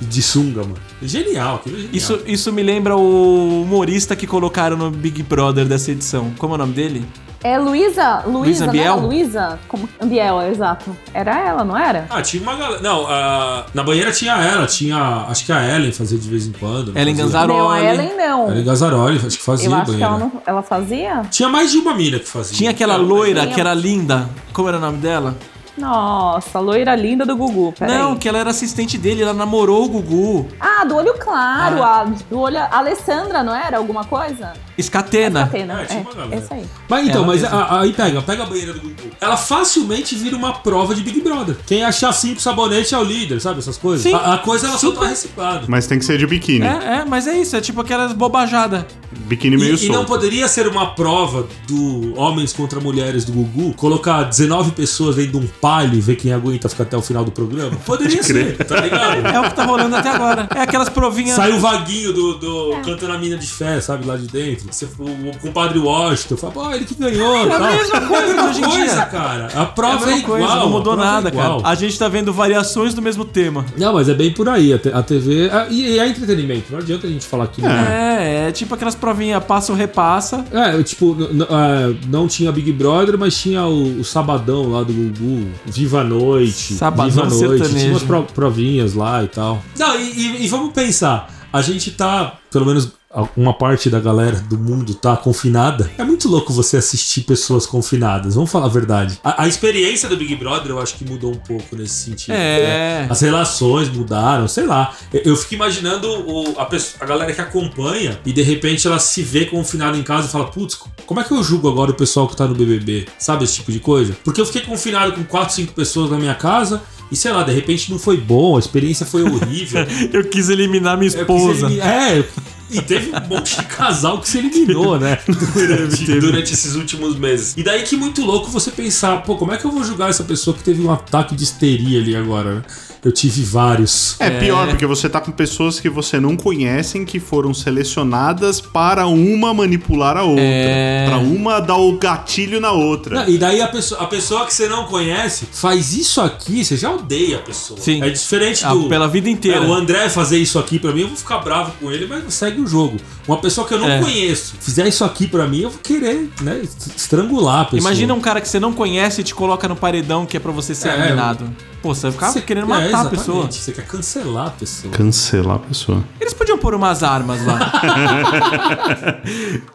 Speaker 3: e de sunga, mano. Genial, aquilo é genial.
Speaker 1: Isso, isso me lembra o humorista que colocaram no Big Brother dessa edição. Como é o nome dele?
Speaker 4: É Luísa, Luísa, não era
Speaker 1: Ambiel?
Speaker 4: Luísa? Como- Ambiel, exato. Era ela, não era?
Speaker 3: Ah, tinha uma galera. Não, ah, na banheira tinha ela, tinha. Acho que a Ellen fazia de vez em quando. não
Speaker 1: Ellen
Speaker 3: fazia?
Speaker 1: Ganzaroli.
Speaker 4: Não, a Ellen não.
Speaker 3: Ellen Gazzaroli, acho que fazia
Speaker 4: Eu acho que
Speaker 3: banheira.
Speaker 4: ela, não, ela fazia?
Speaker 3: Tinha mais de uma mina que fazia.
Speaker 1: Tinha aquela
Speaker 3: Era-
Speaker 1: loira
Speaker 4: lembro.
Speaker 1: que era linda. Como era o nome dela?
Speaker 4: Nossa, a loira linda do Gugu, peraí.
Speaker 1: não, que ela era assistente dele, ela namorou o Gugu.
Speaker 4: Ah, do olho claro, a, do olho... a Alessandra, não era? Alguma coisa?
Speaker 1: Escatena.
Speaker 4: Catena,
Speaker 3: É, tinha uma
Speaker 4: é,
Speaker 3: galera.
Speaker 4: essa aí.
Speaker 3: Mas então,
Speaker 1: Ela
Speaker 3: mas
Speaker 1: mesma.
Speaker 3: a- a- aí pega, pega a banheira do Gugu. Ela facilmente vira uma prova de Big Brother. Quem achar cinco sabonete é o líder, sabe? Essas coisas.
Speaker 1: Sim.
Speaker 3: A, a coisa ela só
Speaker 1: Super.
Speaker 3: tá reciclada.
Speaker 2: Mas tem que ser de biquíni.
Speaker 1: É, é, mas é isso, é tipo aquelas bobajadas.
Speaker 2: Biquíni É meio
Speaker 3: E, e não
Speaker 2: solto.
Speaker 3: poderia ser uma prova do Homens contra Mulheres do Gugu colocar 19 pessoas dentro de um palho e ver quem aguenta ficar até o final do programa? Poderia ser, tá
Speaker 1: É
Speaker 3: ligado?
Speaker 1: o que tá rolando até agora. É aquelas provinhas.
Speaker 3: Sai o vaguinho do, do
Speaker 1: É.
Speaker 3: cantando a mina de fé, sabe, lá de dentro. Você- o, o compadre Washington fala, pô, ele que ganhou. É
Speaker 1: a mesma coisa de hoje em dia.
Speaker 3: cara. A
Speaker 1: É a
Speaker 3: prova é,
Speaker 1: mesma
Speaker 3: igual.
Speaker 1: coisa, não
Speaker 3: a
Speaker 1: mudou
Speaker 3: prova é
Speaker 1: nada,
Speaker 3: igual.
Speaker 1: cara. A gente tá vendo variações do mesmo tema.
Speaker 3: Não, mas é bem por aí. A, te- a TV. a- e, e é entretenimento, não adianta a gente falar que não é.
Speaker 1: É, é tipo aquelas provinhas passa ou repassa.
Speaker 3: É, eu, tipo, n- n- é, não tinha Big Brother, mas tinha o, o Sabadão lá do Gugu, Viva a Noite,
Speaker 1: Sabadão
Speaker 3: Viva a Noite,
Speaker 1: sertanejo. né?
Speaker 3: tinha umas pro- provinhas lá e tal. Não, e, e- e vamos pensar, a gente tá, pelo menos a- uma parte da galera do mundo tá confinada. É muito louco você assistir pessoas confinadas, vamos falar a verdade. A, a experiência do Big Brother eu acho que mudou um pouco nesse sentido. né?
Speaker 1: É.
Speaker 3: As relações mudaram, sei lá. Eu, eu fico imaginando o- a, pessoa- a galera que acompanha e de repente ela se vê confinada em casa e fala: Putz, como é que eu julgo agora o pessoal que tá no BBB? Sabe esse tipo de coisa? Porque eu fiquei confinado com 4, 5 pessoas na minha casa e sei lá, de repente não foi bom, a experiência foi horrível.
Speaker 1: Eu quis eliminar minha
Speaker 3: Eu quis
Speaker 1: esposa.
Speaker 3: eliminar- É, e teve um monte de casal que se eliminou, né? Durante, durante esses últimos meses. E daí que muito louco você pensar, pô, como é que eu vou julgar essa pessoa que teve um ataque de histeria ali agora, né? Eu tive vários.
Speaker 2: É pior, porque você tá com pessoas que você não conhece que foram selecionadas para uma manipular a outra.
Speaker 1: É.
Speaker 2: Pra uma dar o gatilho na outra.
Speaker 3: Não, e daí a pessoa, a pessoa que você não conhece faz isso aqui, você já odeia a pessoa.
Speaker 1: Sim.
Speaker 3: É diferente
Speaker 1: Ah,
Speaker 3: do.
Speaker 1: pela vida inteira.
Speaker 3: É, o André fazer isso aqui pra mim, eu vou ficar bravo com ele, mas segue o jogo. Uma pessoa que eu não
Speaker 1: É.
Speaker 3: conheço fizer isso aqui pra mim, eu vou querer, né, estrangular a pessoa.
Speaker 1: Imagina um cara que você não conhece e te coloca no paredão que é pra você ser
Speaker 3: É,
Speaker 1: eliminado. Pô, você vai ficar
Speaker 3: Você-
Speaker 1: querendo
Speaker 3: é,
Speaker 1: matar a
Speaker 3: exatamente.
Speaker 1: pessoa.
Speaker 3: Você quer cancelar a pessoa.
Speaker 2: Cancelar a pessoa.
Speaker 1: Eles podiam pôr umas armas lá.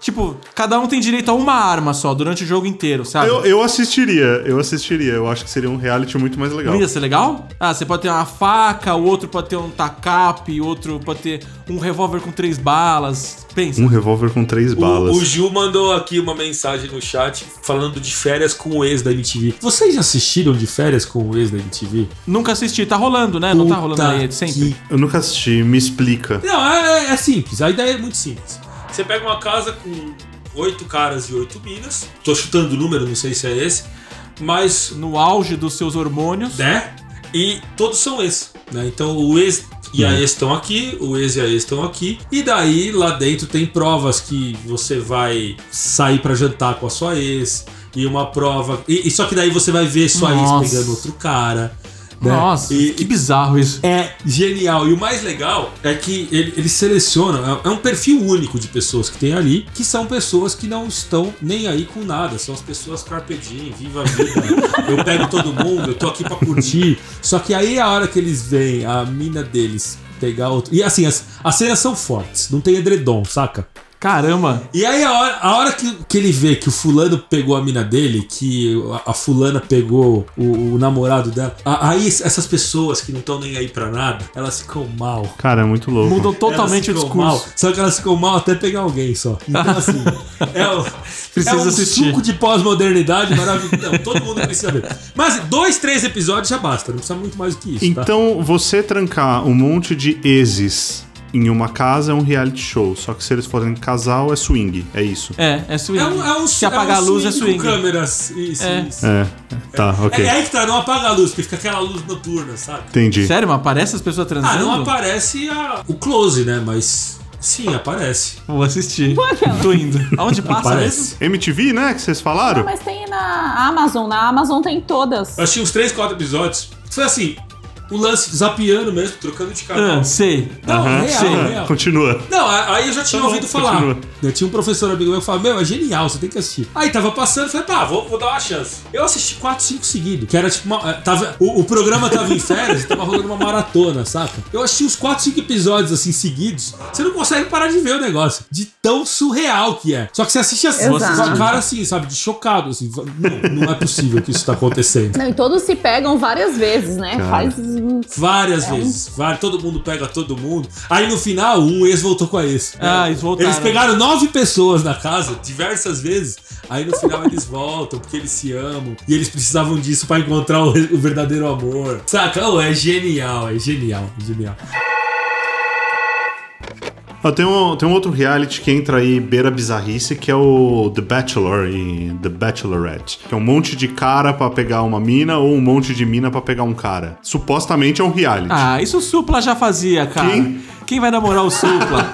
Speaker 1: tipo, cada um tem direito a uma arma só durante o jogo inteiro, sabe?
Speaker 2: Eu, eu assistiria, eu assistiria. Eu acho que seria um reality muito mais legal.
Speaker 1: Não ia ser legal? Ah, você pode ter uma faca, o outro pode ter um tacape, o outro pode ter um revólver com três balas. Pensa.
Speaker 3: Hum.
Speaker 2: Um revólver com três balas.
Speaker 5: O, o Gil mandou aqui uma mensagem no chat falando de férias com o ex da MTV.
Speaker 3: Vocês já assistiram de férias com o ex da MTV?
Speaker 1: Nunca assisti, tá rolando, né? Não tá rolando
Speaker 3: Puta
Speaker 1: aí sempre.
Speaker 3: que-
Speaker 2: Eu nunca assisti, me explica.
Speaker 3: Não, é, é simples. A ideia é muito simples. Você pega uma casa com oito caras e oito minas. Tô chutando o número, não sei se é esse. Mas
Speaker 1: No auge dos seus hormônios.
Speaker 3: né? E todos são ex, né? Então o ex e a
Speaker 1: Hum.
Speaker 3: ex estão aqui, o ex e a ex estão aqui. E daí lá dentro tem provas que você vai sair pra jantar com a sua ex e uma prova. E, e só que daí você vai ver sua
Speaker 1: Nossa.
Speaker 3: ex pegando outro cara. né?
Speaker 1: Nossa,
Speaker 3: E-
Speaker 1: que bizarro isso.
Speaker 3: é genial. E o mais legal é que ele, ele seleciona, é é um perfil único de pessoas que tem ali, que são pessoas que não estão nem aí com nada. São as pessoas carpe diem, viva a vida. eu pego todo mundo, eu tô aqui pra curtir. Só que aí a hora que eles veem a mina deles pegar outro... E assim, as, as cenas são fortes, não tem edredom, saca?
Speaker 1: Caramba.
Speaker 3: E aí, a hora, a hora que, que ele vê que o fulano pegou a mina dele, que a, a fulana pegou o, o namorado dela, a- aí es- essas pessoas que não estão nem aí pra nada, elas ficam mal.
Speaker 2: Cara, é muito louco.
Speaker 1: Mudou totalmente o
Speaker 3: Elas
Speaker 1: discurso.
Speaker 3: ficam Mal, só que elas ficam mal até pegar alguém só. Então, assim, é, o-
Speaker 1: Precisa
Speaker 3: é um
Speaker 1: assistir.
Speaker 3: suco de pós-modernidade maravilhoso. Não, todo mundo precisa ver. Mas dois, três episódios já basta, não precisa muito mais do que isso. tá?
Speaker 2: Então, você trancar um monte de exes em uma casa é um reality show. Só que se eles forem casal, é swing. É isso.
Speaker 1: É, é swing.
Speaker 3: É um, é um
Speaker 1: Se
Speaker 3: é
Speaker 1: apagar
Speaker 3: um
Speaker 1: a luz, é
Speaker 3: swing
Speaker 1: swing.
Speaker 3: com câmeras. Isso,
Speaker 1: É.
Speaker 3: isso.
Speaker 2: É. Tá, ok.
Speaker 3: É aí que tá, não apaga a luz, porque fica aquela luz noturna, sabe?
Speaker 2: Entendi.
Speaker 1: Sério, mas aparece as pessoas
Speaker 3: Ah,
Speaker 1: transando?
Speaker 3: não aparece a- o close, né? Mas sim, aparece.
Speaker 1: Vou assistir. Tô indo. Aonde passa
Speaker 3: Aparece.
Speaker 1: mesmo?
Speaker 2: MTV, né? Que vocês
Speaker 4: Não,
Speaker 2: falaram?
Speaker 4: mas tem na Amazon. Na Amazon tem todas.
Speaker 3: Eu achei uns 3, 4 episódios. Foi assim, o lance zapiando mesmo, trocando de canal.
Speaker 1: Ah, sei.
Speaker 3: Não,
Speaker 2: Aham.
Speaker 3: real,
Speaker 1: sim.
Speaker 3: real.
Speaker 2: É, Continua.
Speaker 3: Não, a- aí eu já tinha
Speaker 2: Tá bom,
Speaker 3: ouvido falar.
Speaker 2: continua.
Speaker 3: Eu tinha um professor amigo meu que falava, meu, é genial, você tem que assistir. Aí tava passando, falei, tá, vou, vou dar uma chance. Eu assisti 4, 5 seguidos, que era tipo uma. eh, Tava, o, o programa tava em férias, tava rolando uma maratona, saca? Eu assisti uns 4, 5 episódios assim seguidos, você não consegue parar de ver o negócio. De tão surreal que é. Só que você assiste assim, com
Speaker 4: Exato.
Speaker 3: a cara assim, sabe, de chocado, assim, fala, não, não é possível que isso tá acontecendo.
Speaker 4: Não, e todos se pegam várias vezes, né?
Speaker 2: Cara.
Speaker 4: Faz.
Speaker 3: Várias vezes, várias, todo mundo pega todo mundo. Aí no final, um ex voltou com a ex.
Speaker 1: Ah, eles voltaram.
Speaker 3: Eles pegaram nove pessoas na casa, diversas vezes. Aí no final eles voltam, porque eles se amam. E eles precisavam disso pra encontrar o, o verdadeiro amor. Saca? Oh, é genial, é genial, é genial.
Speaker 2: Ó, tem, um, tem um outro reality que entra aí, beira bizarrice, que é o The Bachelor e The Bachelorette. Que é um monte de cara pra pegar uma mina ou um monte de mina pra pegar um cara. Supostamente é um reality.
Speaker 1: Ah, isso o Supla já fazia, cara.
Speaker 2: Quem?
Speaker 1: Quem vai namorar o Supla?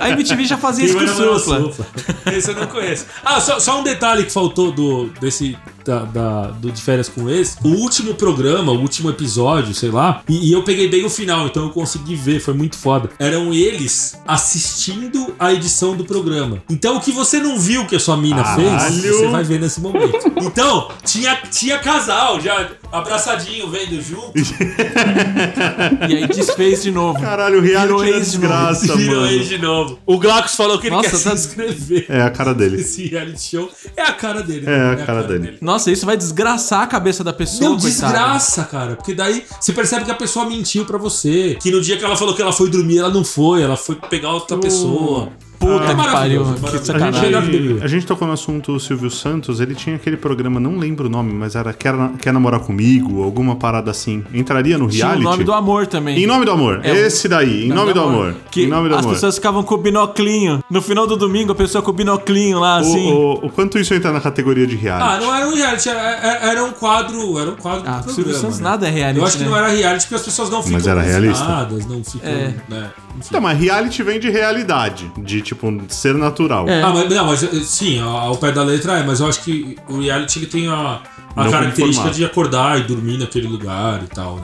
Speaker 1: a MTV já fazia
Speaker 3: Quem
Speaker 1: isso com
Speaker 3: vai namorar
Speaker 1: o
Speaker 3: o
Speaker 1: Supla.
Speaker 3: Supla? Esse eu não conheço. Ah, só, só um detalhe que faltou do desse da, da- do de férias com esse. O último programa, o último episódio, sei lá. E, e eu peguei bem o final, então eu consegui ver. Foi muito foda. Eram eles assistindo a edição do programa. Então o que você não viu que a sua mina fez,
Speaker 2: Caralho!
Speaker 3: você vai ver nesse momento. Então tinha tinha casal já abraçadinho vendo junto.
Speaker 1: E aí desfez de novo.
Speaker 2: Caralho, o reality
Speaker 1: Virou
Speaker 2: é
Speaker 1: ex de
Speaker 2: desgraça,
Speaker 3: Viram
Speaker 2: mano.
Speaker 3: eles de novo. O Glaucus falou que ele
Speaker 1: Nossa,
Speaker 3: quer
Speaker 1: tá-
Speaker 3: se inscrever.
Speaker 2: É a cara dele.
Speaker 3: Esse reality show é a cara dele.
Speaker 2: É a cara dele.
Speaker 1: Nossa, isso vai desgraçar a cabeça da pessoa,
Speaker 3: Não,
Speaker 1: coitada.
Speaker 3: desgraça, cara. Porque daí você percebe que a pessoa mentiu pra você. Que no dia que ela falou que ela foi dormir, ela não foi. Ela foi pegar outra pessoa.
Speaker 1: Puta
Speaker 3: É
Speaker 1: que pariu.
Speaker 3: maravilhoso,
Speaker 1: Que
Speaker 3: maravilhoso.
Speaker 2: A gente,
Speaker 1: sacanagem.
Speaker 3: Melhor que teve.
Speaker 2: a gente tocou no assunto do Silvio Santos, ele tinha aquele programa, não lembro o nome, mas era Quer, Quer Namorar Comigo, alguma parada assim. Entraria no
Speaker 1: Tinha
Speaker 2: reality?
Speaker 1: o nome do amor também.
Speaker 2: Em Nome do Amor,
Speaker 1: É,
Speaker 2: esse daí, Em Nome do Amor.
Speaker 1: Que
Speaker 2: em Nome do
Speaker 1: as
Speaker 2: Amor.
Speaker 1: pessoas ficavam com o binoclinho. No final do domingo, a pessoa com o binoclinho lá,
Speaker 2: O-
Speaker 1: assim. é-
Speaker 2: o, o quanto isso entra na categoria de reality?
Speaker 3: Ah, não era um reality, era, era- era um quadro. Era um quadro
Speaker 1: Ah,
Speaker 3: do
Speaker 1: o Silvio
Speaker 3: programa,
Speaker 1: Santos
Speaker 3: né?
Speaker 1: nada é reality,
Speaker 3: Eu acho que
Speaker 1: né?
Speaker 3: não era reality porque as pessoas não ficam
Speaker 2: era realista?
Speaker 3: cansadas, não ficam.
Speaker 1: É.
Speaker 3: né, enfim.
Speaker 2: Não, Então, mas reality vem de realidade, de tipo ser natural.
Speaker 1: É.
Speaker 3: Ah, mas, não, mas eh, sim, ao pé da letra é, mas eu acho que o reality ele tem a, a
Speaker 2: Não
Speaker 3: característica
Speaker 2: conformado.
Speaker 3: de acordar e dormir naquele lugar e tal, né?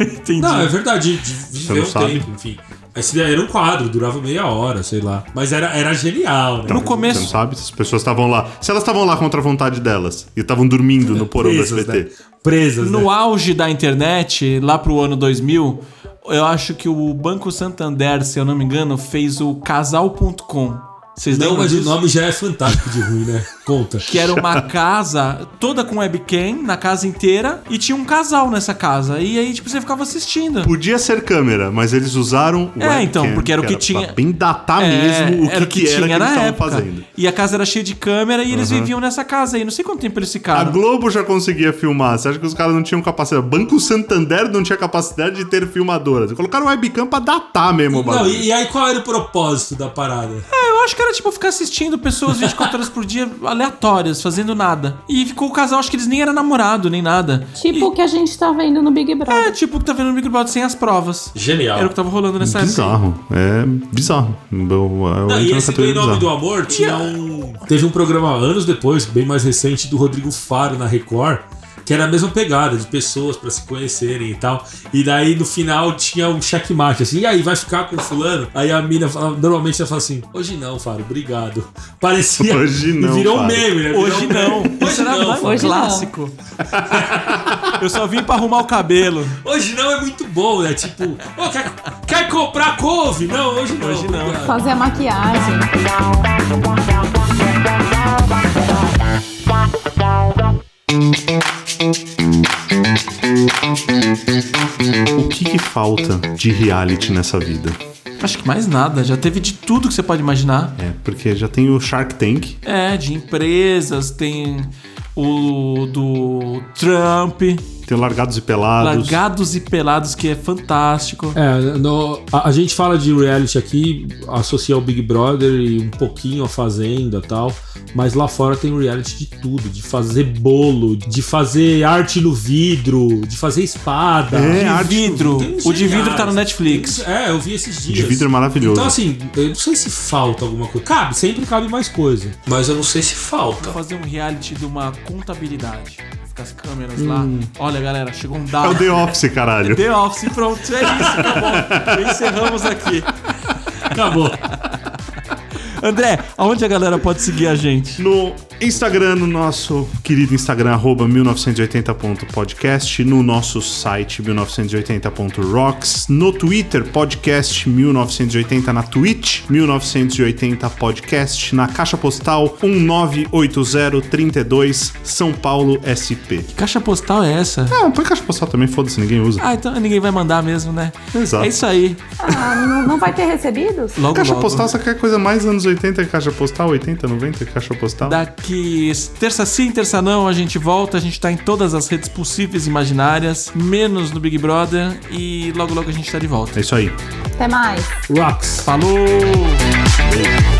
Speaker 1: Entendi.
Speaker 3: Não, é verdade, de viver
Speaker 2: não
Speaker 3: um
Speaker 2: sabe?
Speaker 3: tempo, enfim. Esse daí era um quadro, durava meia hora, sei lá. Mas era, era genial, né?
Speaker 1: No
Speaker 2: Então, Você não
Speaker 1: começo,
Speaker 2: sabe se as pessoas estavam lá. Se elas estavam lá contra a vontade delas e estavam dormindo no porão do
Speaker 3: Presas,
Speaker 2: SBT.
Speaker 3: né? Presas, né?
Speaker 1: no auge da internet, lá pro ano 2000, eu acho que o Banco Santander, se eu não me engano, fez o casal.com. Vocês
Speaker 3: Não,
Speaker 1: lembram
Speaker 3: mas o
Speaker 1: disso?
Speaker 3: nome já é fantástico de ruim, né? Conta.
Speaker 1: que era uma casa toda com webcam na casa inteira e tinha um casal nessa casa. E aí, tipo, você ficava assistindo.
Speaker 2: Podia ser câmera, mas eles usaram o
Speaker 1: É, então, porque era o que tinha-
Speaker 2: Pra bem datar
Speaker 1: É,
Speaker 2: mesmo o que, que, era que eles estavam fazendo.
Speaker 1: E a casa era cheia de câmera e eles viviam nessa casa aí. Não sei quanto tempo eles
Speaker 2: A
Speaker 1: ficaram.
Speaker 2: Globo já conseguia filmar. Você acha que os caras não tinham capacidade? Banco Santander não tinha capacidade de ter filmadoras. Colocaram webcam pra datar mesmo o
Speaker 3: Não,
Speaker 2: bagulho.
Speaker 3: e, e aí qual era o propósito da parada?
Speaker 1: É, eu acho que era tipo ficar assistindo pessoas 24 horas por dia aleatórias, fazendo nada. E ficou o casal, acho que eles nem eram namorado, nem nada.
Speaker 4: Tipo o que a gente tá vendo no Big Brother.
Speaker 1: É, tipo, que tá vendo o Big Brother sem as provas.
Speaker 3: Genial.
Speaker 1: Era o que tava rolando nessa época.
Speaker 2: Bizarro. É bizarro. Eu, eu
Speaker 3: assim- Não,
Speaker 2: entro
Speaker 3: Então, e
Speaker 2: na
Speaker 3: esse do
Speaker 2: categoria
Speaker 3: Em Nome
Speaker 2: tá bizarro.
Speaker 3: do Amor tinha um. Teve um programa anos depois, bem mais recente, do Rodrigo Faro na Record, que era a mesma pegada de pessoas pra se conhecerem e tal. E daí no final tinha um checkmate, assim, e aí vai ficar com fulano? Aí a mina fala- normalmente ela fala assim: hoje não, Faro, obrigado. Parecia.
Speaker 2: Hoje não,
Speaker 3: Virou um
Speaker 2: Faro.
Speaker 3: meme, né? Virou
Speaker 1: Hoje
Speaker 3: um meme.
Speaker 1: não.
Speaker 3: Hoje
Speaker 1: Isso era
Speaker 3: não,
Speaker 1: mais
Speaker 3: Faro.
Speaker 1: um
Speaker 4: Hoje não.
Speaker 1: clássico. Eu só vim pra arrumar o cabelo.
Speaker 3: Hoje não é muito bom, né? Tipo, "Ô, quer, quer comprar couve? Não, hoje não.
Speaker 1: Hoje não.
Speaker 3: obrigado."
Speaker 4: Fazer a maquiagem.
Speaker 2: O que, que falta de reality nessa vida?
Speaker 1: Acho que mais nada. Já teve de tudo que você pode imaginar.
Speaker 2: É, porque já tem o Shark Tank.
Speaker 1: É, de empresas, tem o do Trump,
Speaker 2: Tem o Largados e Pelados.
Speaker 1: Largados e Pelados, que é fantástico.
Speaker 3: É, no- a, a gente fala de reality aqui, associa ao Big Brother e um pouquinho a Fazenda e tal, mas lá fora tem reality de tudo, de fazer bolo, de fazer arte no vidro, de fazer espada.
Speaker 2: É,
Speaker 1: de
Speaker 2: arte-
Speaker 1: vidro.
Speaker 3: Tem uns
Speaker 1: O de vidro
Speaker 3: geniais.
Speaker 1: tá no Netflix.
Speaker 3: Tem- É, eu vi esses dias.
Speaker 2: de vidro é maravilhoso.
Speaker 3: Então assim, eu não sei se falta alguma coisa. Cabe, sempre cabe mais coisa.
Speaker 5: Mas eu não sei se falta.
Speaker 1: Vou fazer um reality de uma contabilidade. Ficar as câmeras lá. Olha, galera, chegou um
Speaker 2: Hum. É o
Speaker 1: dado.
Speaker 2: The Office, caralho.
Speaker 1: The Office, pronto. É isso, acabou. Encerramos aqui.
Speaker 3: Acabou.
Speaker 1: André, aonde a galera pode seguir a gente?
Speaker 2: No Instagram, no nosso querido Instagram, arroba 1980.podcast, no nosso site 1980.rocks, no Twitter, podcast 1980, na Twitch, 1980podcast, na caixa postal 198032, São Paulo, SP.
Speaker 1: Que caixa postal é essa?
Speaker 2: Ah, põe caixa postal também, foda-se, ninguém usa.
Speaker 1: Ah, então ninguém vai mandar mesmo, né?
Speaker 2: Exato.
Speaker 1: É isso aí.
Speaker 4: Ah, não, não vai ter recebidos?
Speaker 1: Logo,
Speaker 2: Caixa
Speaker 1: logo.
Speaker 2: postal, você quer coisa mais anos 80 que caixa postal? 80, 90 que caixa postal?
Speaker 1: Daqui terça sim, terça não, a gente volta. A gente tá em todas as redes possíveis e imaginárias, menos no Big Brother. E logo, logo a gente tá de volta.
Speaker 2: É isso aí.
Speaker 4: Até mais.
Speaker 3: Rocks.
Speaker 1: Falou!
Speaker 2: Beijo.